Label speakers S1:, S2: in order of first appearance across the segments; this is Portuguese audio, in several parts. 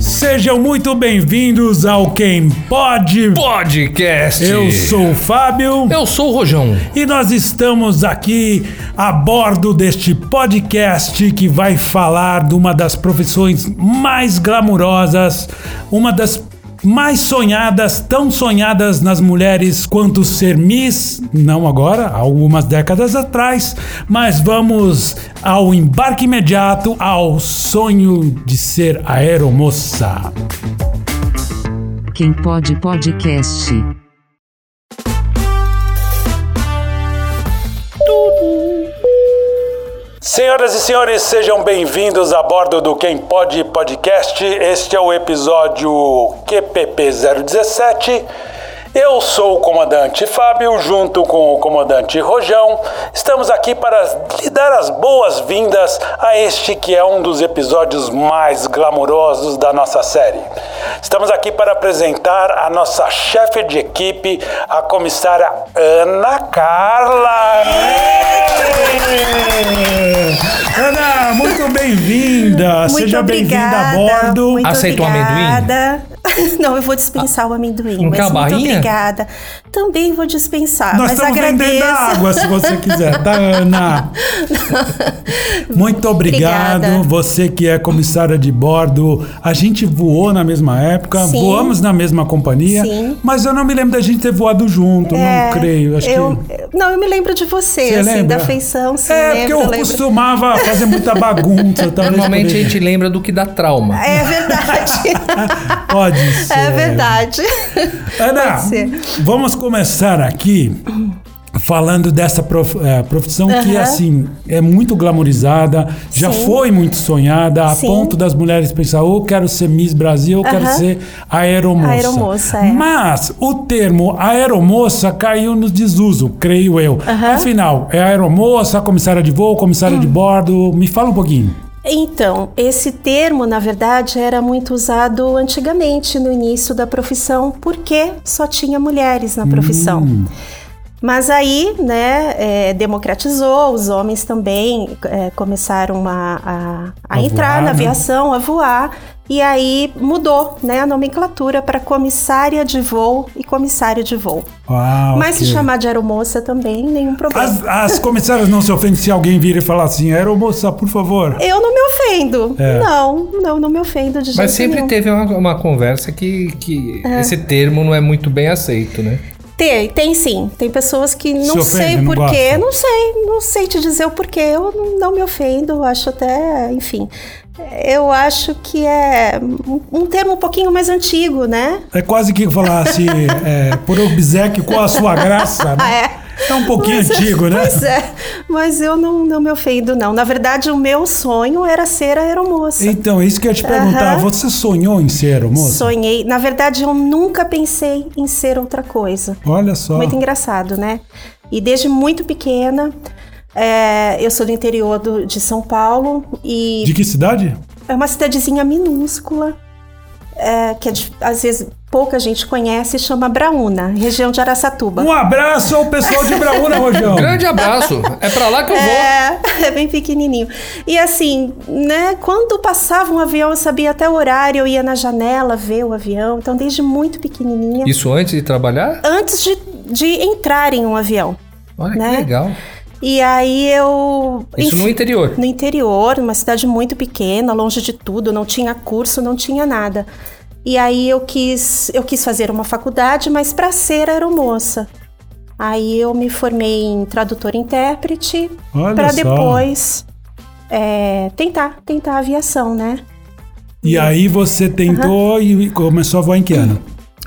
S1: Sejam muito bem-vindos ao Quem Pode.
S2: Podcast.
S1: Eu sou o Fábio
S2: Eu sou o Rojão.
S1: e nós estamos aqui a bordo deste podcast que vai falar de uma das profissões mais glamurosas, uma das mais sonhadas, tão sonhadas nas mulheres quanto ser Miss, não agora, algumas décadas atrás, mas vamos ao embarque imediato, ao sonho de ser aeromoça.
S3: Quem pode podcast.
S1: Senhoras e senhores, sejam bem-vindos a bordo do Quem Pode Podcast. Este é o episódio QPP 017. Eu sou o comandante Fábio, junto com o comandante Rojão. Estamos aqui para lhe dar as boas-vindas a este que é um dos episódios mais glamurosos da nossa série. Estamos aqui para apresentar a nossa chefe de equipe, a comissária Ana Carla. Ana, muito bem-vinda! Ah,
S4: Muito
S1: Seja bem-vinda a
S4: obrigada,
S1: bordo.
S4: Muito
S2: Aceita o amendoim? Um
S4: obrigada. Não, eu vou dispensar o amendoim.
S2: Não
S4: mas
S2: quer a
S4: muito
S2: barrinha?
S4: obrigada. Também vou dispensar,
S1: Nós
S4: mas
S1: estamos vendendo
S4: agradeço.
S1: água, se você quiser, tá, Ana? Muito obrigado,
S4: Obrigada.
S1: você que é comissária de bordo. A gente voou na mesma época,
S4: Sim.
S1: voamos na mesma companhia,
S4: Sim.
S1: mas eu não me lembro da gente ter voado junto,
S4: É,
S1: não creio. Acho
S4: eu,
S1: que.
S4: Não, eu me lembro de você,
S1: Você
S4: assim,
S1: lembra?
S4: da feição, sim,
S1: é, porque
S4: lembro,
S1: eu
S4: lembro.
S1: costumava fazer muita bagunça. talvez
S2: Normalmente
S1: por
S2: a
S1: isso.
S2: gente lembra do que dá trauma.
S4: É verdade.
S1: Pode ser.
S4: é verdade.
S1: Ana,
S4: Pode ser.
S1: vamos começar aqui falando dessa prof- eh, profissão que,
S4: Aham.
S1: assim, é muito glamorizada, já
S4: Sim.
S1: foi muito sonhada, a
S4: Sim.
S1: ponto das mulheres pensar, ou quero ser Miss Brasil, ou quero
S4: Aham.
S1: ser aeromoça.
S4: Aeromoça, é.
S1: Mas o termo aeromoça caiu no desuso, creio eu. Afinal, é aeromoça, comissária de voo, comissária
S4: Hum.
S1: de bordo, me fala um pouquinho.
S4: Então, esse termo, na verdade, era muito usado antigamente no início da profissão, porque só tinha mulheres na profissão.
S1: Hum.
S4: Mas aí, né, é, democratizou, os homens também é, começaram a, a- a
S1: A
S4: entrar
S1: voar, né?
S4: na aviação, a voar, e aí mudou né, a nomenclatura para comissária de voo e comissário de voo.
S1: Uau,
S4: Mas se
S1: Ah, ok.
S4: chamar de aeromoça também, nenhum problema.
S1: As, as comissárias não se ofendem se alguém vir e falar assim, aeromoça, por favor.
S4: Eu não me ofendo.
S1: É.
S4: Não, não, não me ofendo de jeito
S2: Mas sempre
S4: nenhum.
S2: teve uma, uma conversa que, que esse termo não é muito bem aceito, né?
S4: Tem, tem sim. Tem pessoas que não
S1: ofende,
S4: sei
S1: não gosta?
S4: porquê. Não sei, não sei te dizer o porquê. Eu não- não me ofendo, acho até, enfim. Eu acho que é um- um termo um pouquinho mais antigo, né?
S1: É quase que falasse é, por obsequio com a sua graça, né? É, um pouquinho
S4: Mas-
S1: antigo, né?
S4: Pois é, mas eu não, não me ofendo, não. Na verdade, o meu sonho era ser aeromoça.
S1: Então, isso que eu ia te perguntar.
S4: Aham.
S1: Você sonhou em ser moço?
S4: Sonhei. Na verdade, eu nunca pensei em ser outra coisa.
S1: Olha só.
S4: Muito engraçado, né? E desde muito pequena, é, eu sou do interior do- de São Paulo e
S1: De que cidade?
S4: é uma cidadezinha minúscula, é, que é de- às vezes pouca gente conhece, chama Braúna, região de Araçatuba.
S1: Um abraço ao pessoal de Braúna, Rojão.
S2: Grande abraço. É pra lá que eu vou.
S4: É, é bem pequenininho. E assim, né, quando passava um avião, eu sabia até o horário, eu ia na janela ver o avião. Então, desde muito pequenininha,
S2: Isso antes de trabalhar?
S4: antes de, de entrar em um avião.
S2: Olha que
S4: Né?
S2: legal.
S4: E aí eu.
S2: Isso é no
S4: enfim,
S2: interior.
S4: No interior, numa cidade muito pequena, longe de tudo, não tinha curso, não tinha nada. E aí eu quis, eu quis fazer uma faculdade, mas para ser aeromoça. Aí eu me formei em tradutor e intérprete
S1: Olha
S4: para
S1: só.
S4: depois é, tentar, tentar a aviação, né?
S1: E aí você tentou e começou a voar em que ano?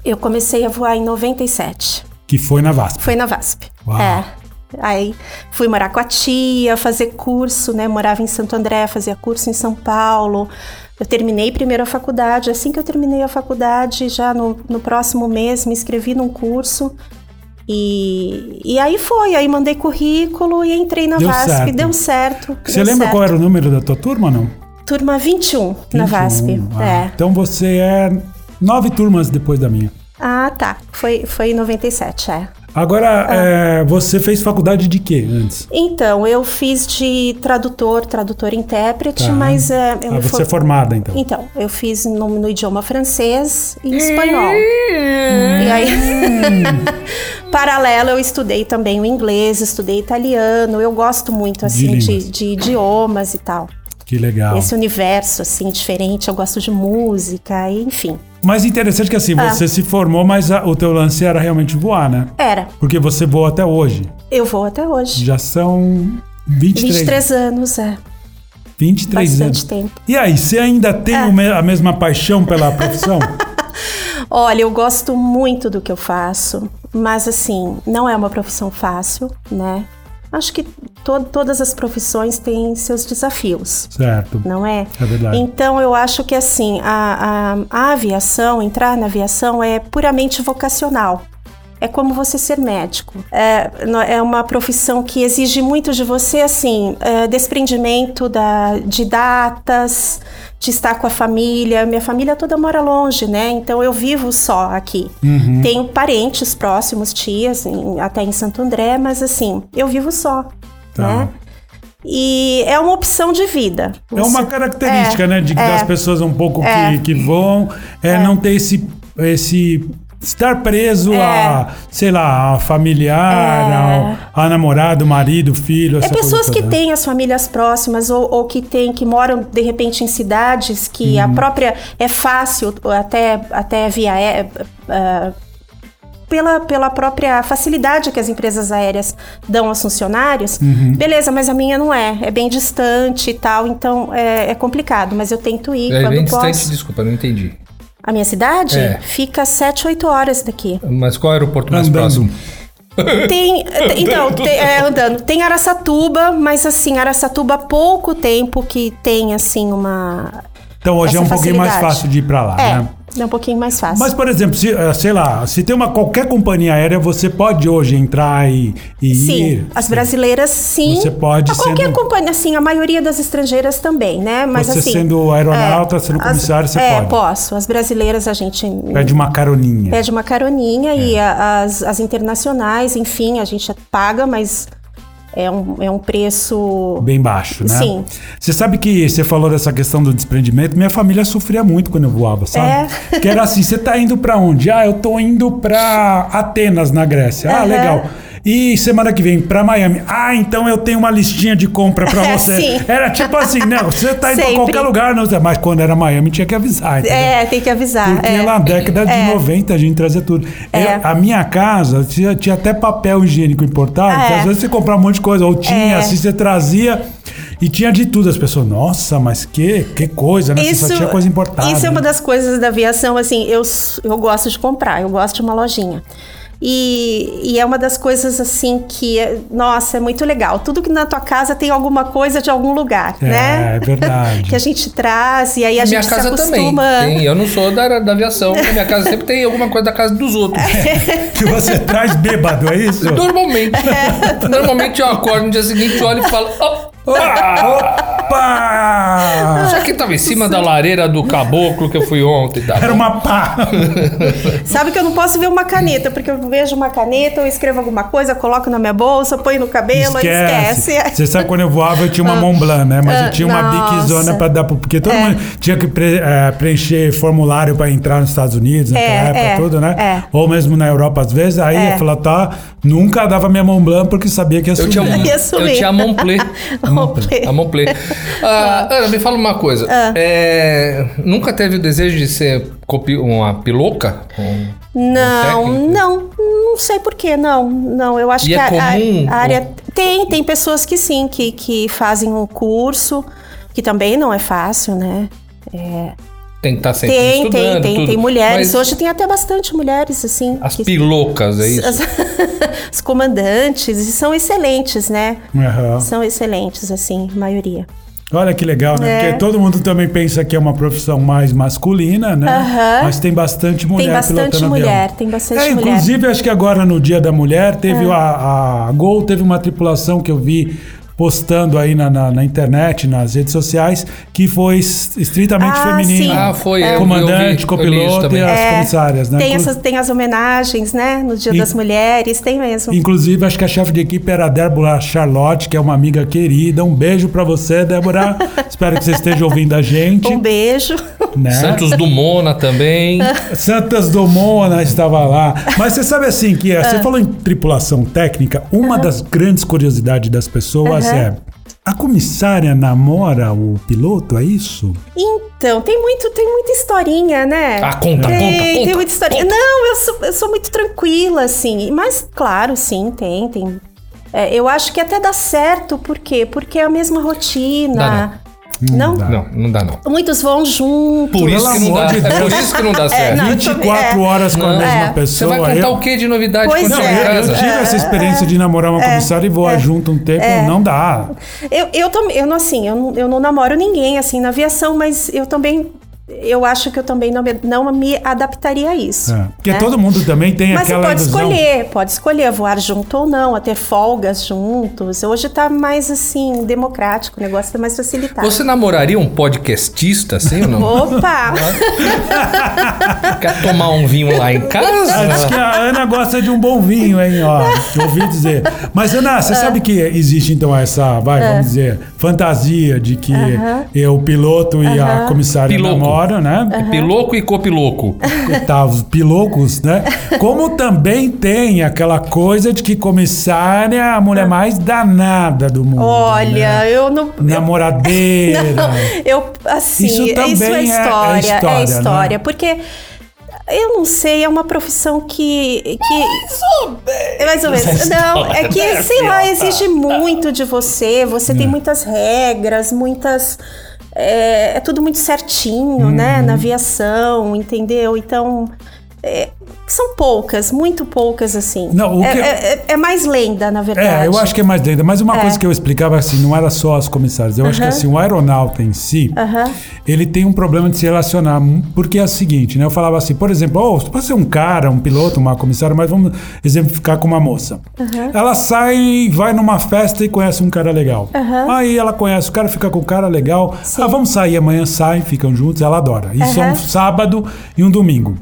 S4: Eu comecei a voar em 97.
S1: Que foi na VASP.
S4: Foi na VASP.
S1: Uau.
S4: É. Aí fui morar com a tia, fazer curso, né? Morava em Santo André, fazia curso em São Paulo. Eu terminei primeiro a faculdade. Assim que eu terminei a faculdade, já no, no próximo mês, me inscrevi num curso. E, e aí foi, aí mandei currículo e entrei na
S1: Deu
S4: VASP.
S1: certo.
S4: Deu certo.
S1: Você
S4: deu
S1: lembra
S4: certo.
S1: qual era o número da tua turma, não?
S4: Turma 21, na
S1: 21.
S4: VASP.
S1: Ah,
S4: É.
S1: Então você é nove turmas depois da minha.
S4: Ah, tá. Foi, foi em 97, é.
S5: Agora, é, você fez faculdade de quê antes?
S4: Então, eu fiz de tradutor, tradutor intérprete,
S5: Tá.
S4: mas é, eu
S5: Ah,
S4: me
S5: você
S4: for-
S5: é formada, então.
S4: Então, eu fiz no, no idioma francês e espanhol. E aí, paralelo, eu estudei também o inglês, estudei italiano. Eu gosto muito, assim, de,
S5: línguas.
S4: de idiomas e tal.
S5: Que legal.
S4: Esse universo, assim, diferente. Eu gosto de música, e, enfim.
S5: Mas interessante que assim,
S4: É.
S5: você se formou, mas a- o teu lance era realmente voar, né?
S4: Era.
S5: Porque você voa até hoje.
S4: Eu vou até hoje.
S5: Já são 23, 23,
S4: 23 anos, é.
S5: 23
S4: Bastante
S5: anos.
S4: tempo. É.
S5: E aí, você ainda tem o me- a mesma paixão pela profissão?
S4: Olha, eu gosto muito do que eu faço, mas assim, não é uma profissão fácil, né? Acho que to- todas as profissões têm seus desafios,
S5: certo.
S4: não é?
S5: É verdade.
S4: Então eu acho que assim, a, a- a aviação, entrar na aviação é puramente vocacional. É como você ser médico. É, no- é uma profissão que exige muito de você, assim, é, desprendimento da, de datas, de estar com a família. Minha família toda mora longe, né? Então eu vivo só aqui.
S5: Uhum.
S4: Tenho parentes próximos, tias, em- até em Santo André, mas assim, eu vivo só.
S5: Tá.
S4: Né? E é uma opção de vida.
S5: É uma
S4: Você-
S5: característica,
S4: É,
S5: né, de, das
S4: é.
S5: pessoas um pouco que, que vão, é, não ter esse, esse estar preso
S4: É.
S5: a, sei lá, a familiar, ao, a namorado, marido, filho.
S4: É
S5: essa coisa
S4: pessoas que
S5: toda. né?
S4: têm as famílias próximas ou, ou que têm, que moram de repente em cidades que
S2: Uhum.
S4: a própria é fácil ou até até via aé- ah, pela, pela própria facilidade que as empresas aéreas dão aos funcionários,
S2: Uhum.
S4: beleza, mas a minha não é, é bem distante e tal, então é, é complicado, mas eu tento ir
S2: É
S4: quando
S2: bem
S4: posso.
S2: distante, desculpa, não entendi.
S4: A minha cidade
S2: É.
S4: fica 7, 8 horas daqui.
S2: Mas qual aeroporto mais
S5: Andando.
S2: próximo?
S4: Tem, te- então, te- é, andando. Tem Araçatuba, mas assim, Araçatuba há pouco tempo que tem, assim, uma.
S5: Então hoje é
S4: essa
S5: um pouquinho mais
S4: facilidade.
S5: fácil de ir pra lá,
S4: É,
S5: né?
S4: é um pouquinho mais fácil.
S5: Mas, por exemplo, se, eh, sei lá, se tem uma qualquer companhia aérea, você pode hoje entrar e, e ir.
S4: sim, as brasileiras sim.
S5: Você pode
S4: a qualquer
S5: sendo-
S4: companhia, assim, a maioria das estrangeiras também, né? Mas
S5: Você
S4: assim.
S5: sendo aeronauta,
S4: é,
S5: sendo
S4: as-
S5: comissário, você
S4: é,
S5: pode.
S4: posso. As brasileiras a gente
S5: Pede É. uma caroninha.
S4: pede uma caroninha e a- as, as internacionais, enfim, a gente paga, mas é um, é um preço.
S5: Bem baixo, né?
S4: Sim.
S5: Você sabe que você falou dessa questão do desprendimento. Minha família sofria muito quando eu voava, sabe?
S4: É.
S5: Que era assim, você tá indo pra onde? Ah, eu tô indo pra Atenas, na Grécia. Ah,
S4: Aham.
S5: legal. E semana que vem pra Miami. Ah, então eu tenho uma listinha de compra pra você.
S4: É, Sim.
S5: Era tipo assim, né? Você tá indo pra
S4: Sempre.
S5: qualquer lugar, não, mas quando era Miami tinha que avisar. entendeu?
S4: É, tem que avisar.
S5: Porque
S4: é.
S5: lá na década de 90 a gente trazia tudo. Eu-
S4: É.
S5: a minha casa tinha, tinha até papel higiênico importado,
S4: Ah,
S5: que
S4: é.
S5: às vezes você comprava um monte de coisa, ou
S4: É.
S5: tinha, assim você trazia. E tinha de tudo. As pessoas, nossa, mas que, que coisa, né? Você só tinha coisa importada.
S4: Isso é uma
S5: né?
S4: das coisas da aviação, assim, eu, s- eu gosto de comprar, eu gosto de uma lojinha. E, e é uma das coisas assim que, é- nossa, é muito legal. Tudo que na tua casa tem alguma coisa de algum lugar,
S5: É,
S4: né?
S5: é verdade.
S4: que a gente traz e aí a,
S2: minha
S4: gente
S2: casa
S4: se
S2: também.
S4: acostuma.
S2: Tem, eu não sou da, área da aviação, na minha casa sempre tem alguma coisa da casa dos outros.
S5: Que você traz bêbado, é isso?
S2: Normalmente.
S4: É.
S2: Normalmente eu acordo no dia seguinte, olho e falo. "Ó,
S5: Opa!
S4: Ah,
S2: isso aqui tava em cima da lareira do caboclo que eu fui ontem, tá?
S5: Era uma pá.
S4: Sabe que eu não posso ver uma caneta, porque eu vejo uma caneta, eu escrevo alguma coisa, coloco na minha bolsa, ponho no cabelo,
S5: Esquece.
S4: esquece.
S5: Você sabe quando eu voava, eu tinha uma Mont Blanc, né? Mas eu
S4: Ah,
S5: tinha uma
S4: nossa. É.
S5: biquizona pra dar pro. Porque todo mundo tinha que pre- eh, preencher formulário pra entrar nos Estados Unidos, naquela
S4: É,
S5: época,
S4: é,
S5: tudo, né?
S4: é.
S5: Ou mesmo na Europa, às vezes. Aí eu falava, tá, nunca dava minha Mont Blanc porque sabia que ia
S2: Eu
S5: subir.
S2: tinha, um-
S4: ia sumir.
S2: eu tinha a Montplay.
S4: Montplay.
S2: A Montplay. Ah, Ana, me fala uma coisa.
S4: Ah.
S2: É, nunca teve o desejo de ser copi- uma piloca? Um-
S4: Não,
S2: técnico?
S4: não, não sei por que, não, não. Eu acho
S2: E
S4: que
S2: é
S4: a- a,
S2: comum?
S4: a área tem, tem pessoas que sim, que, que fazem um curso, que também não é fácil, né?
S2: Tem que estar sempre
S4: Tem,
S2: estudando.
S4: tem, tem,
S2: tudo.
S4: tem mulheres.
S2: Mas
S4: Hoje tem até bastante mulheres assim.
S2: As
S4: que-
S2: pilocas, é isso?
S4: as, as comandantes e são excelentes, né?
S5: Aham.
S4: São excelentes assim, a maioria.
S5: Olha que legal, né?
S4: É.
S5: Porque todo mundo também pensa que é uma profissão mais masculina, né?
S4: Aham.
S5: Mas tem bastante mulher
S4: tem bastante
S5: pilotando avião.
S4: mulher, tem bastante
S5: É,
S4: mulher. É.
S5: inclusive, acho que agora no Dia da Mulher teve a, a Gol teve uma tripulação que eu vi postando aí na, na, na internet, nas redes sociais, que foi es- estritamente
S4: Ah, sim. É,
S5: feminina.
S2: Ah, foi eu. eu
S5: Comandante,
S2: vi- eu li isso
S5: copiloto e
S2: também.
S5: as comissárias, né?
S4: Tem,
S5: Inclu-
S4: essas, tem as homenagens, né? No Dia
S5: E-
S4: das Mulheres, tem mesmo.
S5: Inclusive, acho que a chefe de equipe era a Débora Charlotte, que é uma amiga querida. Um beijo pra você, Débora. Espero que você esteja ouvindo a gente.
S4: Um beijo. Ah.
S5: né?
S2: Santos Dumona também.
S5: Santas Dumont né, estava lá. Mas você sabe assim que é,
S4: Ah.
S5: você falou em tripulação técnica, uma das grandes curiosidades das pessoas
S4: Aham.
S5: é a comissária namora o piloto, é isso?
S4: Então, tem muito, tem muita historinha, né?
S2: Ah, conta,
S4: tem,
S2: conta,
S4: Tem
S2: conta,
S4: muita historinha.
S2: conta.
S4: Não, eu sou, eu sou muito tranquila, assim. Mas, claro, sim, tem, tem. É, eu acho que até dá certo, por quê? Porque é a mesma rotina. não?
S5: dá.
S2: Não, não Hum, dá não.
S4: Muitos vão juntos.
S2: Por isso que não
S5: amor
S2: dá. É
S5: de Deus.
S2: Por isso que não dá certo.
S4: É, não, eu tô-
S5: 24
S4: é.
S5: horas com a
S2: Não.
S5: mesma
S4: É.
S2: Você
S5: pessoa.
S2: vai contar
S5: eu,
S2: o que de novidade
S4: Pois
S2: quando
S5: não,
S2: você
S4: é.
S2: em
S5: eu- eu
S2: casa?
S5: tive essa experiência de namorar uma comissária e voar junto um tempo,
S4: É.
S5: não dá.
S4: Eu, eu, tam- eu não, assim, eu, não- eu não namoro ninguém, assim, na aviação, mas eu também... Eu acho que eu também não me, não me adaptaria a isso.
S5: É. Porque
S4: né?
S5: todo mundo também tem
S4: Mas você
S5: aquela
S4: pode
S5: ilusão.
S4: escolher, pode escolher voar junto ou não, até folgas juntos. Hoje tá mais assim, democrático, o negócio tá mais facilitado.
S2: Você namoraria um podcastista assim ou não?
S4: Opa!
S5: é
S2: Quer tomar um vinho lá em
S5: Ah, diz que
S2: casa?
S5: a Ana gosta de um bom vinho, hein? Ó, eu ouvi dizer. Mas, Ana,
S4: Ah.
S5: você sabe que existe, então, essa, vai, vamos dizer, fantasia de que eu, o piloto e a comissária
S2: Piloco.
S5: namoram, né?
S2: Piloco e copiloco.
S5: Tá, os pilocos, né? Como também tem aquela coisa de que comissária é a mulher mais danada do mundo.
S4: Ah. Olha,
S5: né?
S4: eu não.
S5: Namoradeira. É,
S4: Não, eu, assim,
S5: Isso
S4: isso,
S5: também é- é
S4: é história, é história,
S5: história, né?
S4: porque eu não sei, é uma profissão que... que é mais ou menos. Não, é que,
S5: assim,
S4: sei lá, exige muito de você, você
S5: Hum.
S4: tem muitas regras, muitas... É, é tudo muito certinho,
S5: Uhum.
S4: né, na aviação, entendeu? Então... é, são poucas, muito poucas, assim.
S5: Não, o
S4: é,
S5: que-
S4: é- é- é mais lenda, na verdade.
S5: É, eu acho que é mais lenda. Mas uma coisa que eu explicava assim, não era só as comissárias. Eu acho que assim, o aeronauta em si,
S4: Aham.
S5: ele tem um problema de se relacionar. Porque é o seguinte, né? Eu falava assim, por exemplo, oh, você pode ser um cara, um piloto, uma comissária, mas vamos exemplificar com uma moça. Ela sai, vai numa festa e conhece um cara legal. Aí ela conhece o cara, fica com o cara legal. Ah, vamos sair amanhã, saem, ficam juntos, ela adora. Isso é um
S4: Aham.
S5: sábado e um domingo.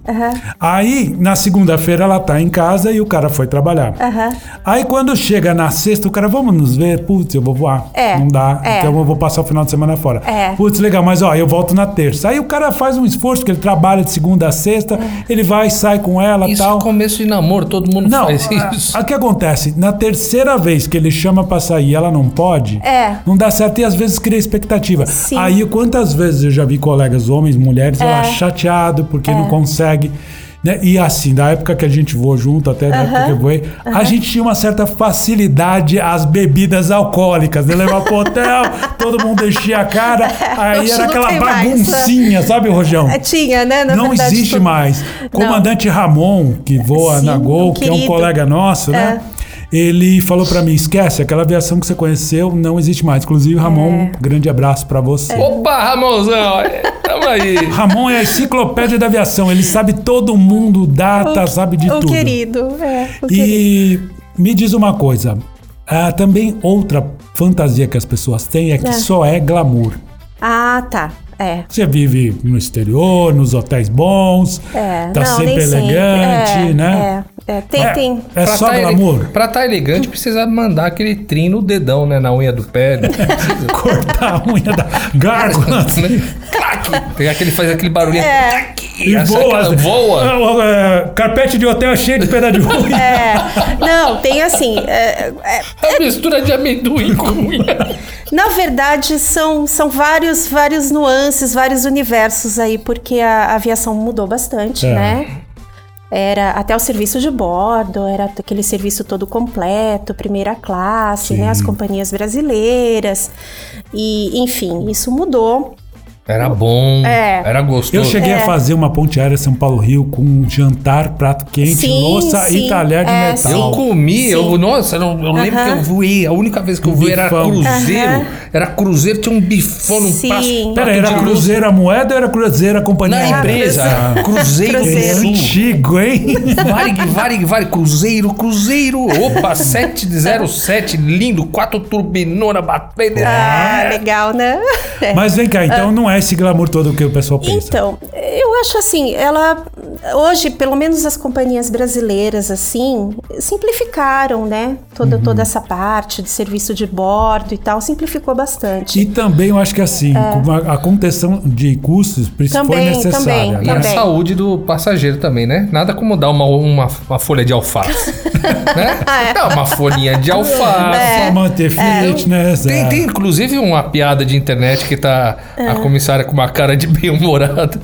S5: Aí, na segunda-feira, ela tá em casa e o cara foi trabalhar.
S4: Aham.
S5: Aí quando chega na sexta, o cara, vamos nos ver? Putz, eu vou voar.
S4: É,
S5: Não dá.
S4: é.
S5: Então eu vou passar o final de semana fora.
S4: É.
S5: Putz, legal, mas ó, eu volto na terça. Aí o cara faz um esforço, porque ele trabalha de segunda a sexta, ele vai, sai com ela e
S2: Isso é
S5: tal.
S2: começo de namoro, todo mundo
S5: Não,
S2: faz
S5: a-
S2: isso.
S5: a- o que acontece? Na terceira vez que ele chama pra sair e ela não pode,
S4: É.
S5: não dá certo e às vezes cria expectativa.
S4: Sim. É.
S5: Aí quantas vezes eu já vi colegas, homens, mulheres, sei lá, chateado porque não consegue. né? E assim, da época que a gente voou junto, até da época que eu voei, a gente tinha uma certa facilidade às bebidas alcoólicas, né? Levar pro hotel, todo mundo enchia a cara, aí
S4: hoje
S5: era
S4: não
S5: aquela
S4: tem mais. né?
S5: baguncinha, sabe, Rojão?
S4: É, Tinha, né? Na
S5: não
S4: verdade,
S5: existe
S4: tudo-
S5: mais. Comandante Ramon, que voa
S4: Sim,
S5: na Gol,
S4: um
S5: que é um
S4: querido. É.
S5: colega nosso, né? Ele falou pra mim, esquece, aquela aviação que você conheceu não existe mais. Inclusive, Ramon,
S4: É.
S5: um grande abraço pra você.
S2: Opa, Ramonzão, é, tamo aí.
S5: Ramon é a enciclopédia da aviação, ele sabe todo mundo, data, Tá, sabe de
S4: o
S5: tudo.
S4: querido, é. O querido.
S5: E me diz uma coisa, ah, também outra fantasia que as pessoas têm é que
S4: É.
S5: só é glamour.
S4: Ah, tá. É.
S5: Você vive no exterior, nos hotéis bons,
S4: É.
S5: tá
S4: não,
S5: sempre
S4: nem sempre.
S5: elegante,
S4: É,
S5: né?
S4: É, é. Tem,
S5: é,
S4: tem.
S5: É
S2: Pra
S5: só
S2: tá ele-
S5: glamour?
S2: Pra tá elegante, precisa mandar aquele trim no dedão, né? Na unha do pé. né?
S5: Cortar a unha da gárgula. assim,
S2: Clac! Tem aquele, faz aquele barulhinho.
S4: É,
S5: E
S2: Essa-
S5: voa.
S2: aquela- voa.
S5: É, é, carpete de hotel cheio de pedaço de unha.
S4: é. Não, tem assim. é, é.
S2: A mistura de amendoim com unha.
S4: na verdade, são, são vários, vários nuances, vários universos aí, porque a, a aviação mudou bastante,
S5: É.
S4: né? Era até o serviço de bordo, era aquele serviço todo completo, primeira classe, né? As companhias brasileiras. E, enfim, isso mudou.
S2: Era bom,
S4: É.
S2: era gostoso.
S5: Eu cheguei a fazer uma ponte aérea São Paulo-Rio com um jantar, prato quente,
S4: Sim,
S5: louça
S4: sim,
S5: e talher de
S4: é,
S5: metal.
S4: sim.
S2: Eu comi, eu,
S4: Sim.
S2: nossa, eu, eu lembro que eu
S4: Aham.
S2: voei. A única vez que eu voei era
S5: Bifão.
S2: cruzeiro.
S4: Aham.
S2: Era cruzeiro, tinha um bifão num
S4: Sim.
S2: prato. prato
S5: Pera,
S2: de
S5: era
S2: cruz-
S5: cruzeiro a moeda ou era cruzeiro a companhia?
S2: Na
S5: aérea?
S2: empresa.
S5: Ah,
S2: Cruzeiro,
S5: É
S4: Cruzeiro.
S2: do Sul.
S5: antigo, hein?
S2: Varig, Varig, Varig, Cruzeiro, Cruzeiro. Opa, 707, lindo, quatro turbinona batendo.
S4: Ah, legal, né? É.
S5: Mas vem cá, então não é esse glamour todo que o pessoal pensa.
S4: Então, eu acho assim, ela hoje, pelo menos as companhias brasileiras assim, simplificaram, né? Toda toda essa parte de serviço de bordo e tal, simplificou bastante.
S5: E também eu acho que assim, com a, a contenção de custos pris- foi
S4: Ah. Também,
S5: necessária.
S4: também,
S2: E a
S5: né?
S4: também.
S2: saúde do passageiro também, né? Nada como dar uma, uma, uma folha de alface.
S4: Ah, é.
S2: né? Dá uma folhinha de
S4: Tá
S2: alface.
S5: Pra manter fitness, né?
S2: Tem,
S5: Zé?
S2: tem inclusive uma piada de internet que tá a comissária com uma cara de bem-humorada.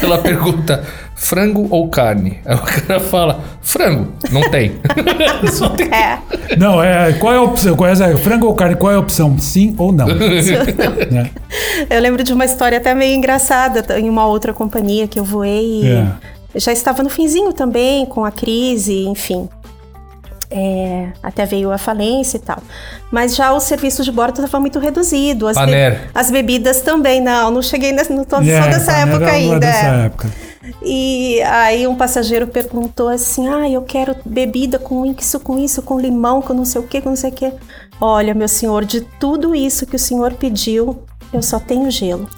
S2: Ela pergunta: frango ou carne? Aí o cara fala: frango, não tem. Só tem.
S4: É.
S5: Não, é, qual é a opção? Qual é, Zé? frango ou carne? Qual é a opção? Sim ou não? Né?
S4: Eu lembro de uma história até meio engraçada t- em uma outra companhia que eu voei. e
S5: É.
S4: Já estava no finzinho também, com a crise, enfim. É, até veio a falência e tal. Mas já o serviço de bordo estava muito reduzido. As,
S2: Paner.
S4: as bebidas também, não. Não cheguei, nessa, não tô
S5: É,
S4: só dessa
S5: era
S4: época
S5: uma
S4: ainda.
S5: Dessa
S4: é.
S5: época.
S4: E aí um passageiro perguntou assim: Ah, eu quero bebida com isso, com isso, com limão, com não sei o que, com não sei o que. Olha, meu senhor, de tudo isso que o senhor pediu, eu só tenho gelo.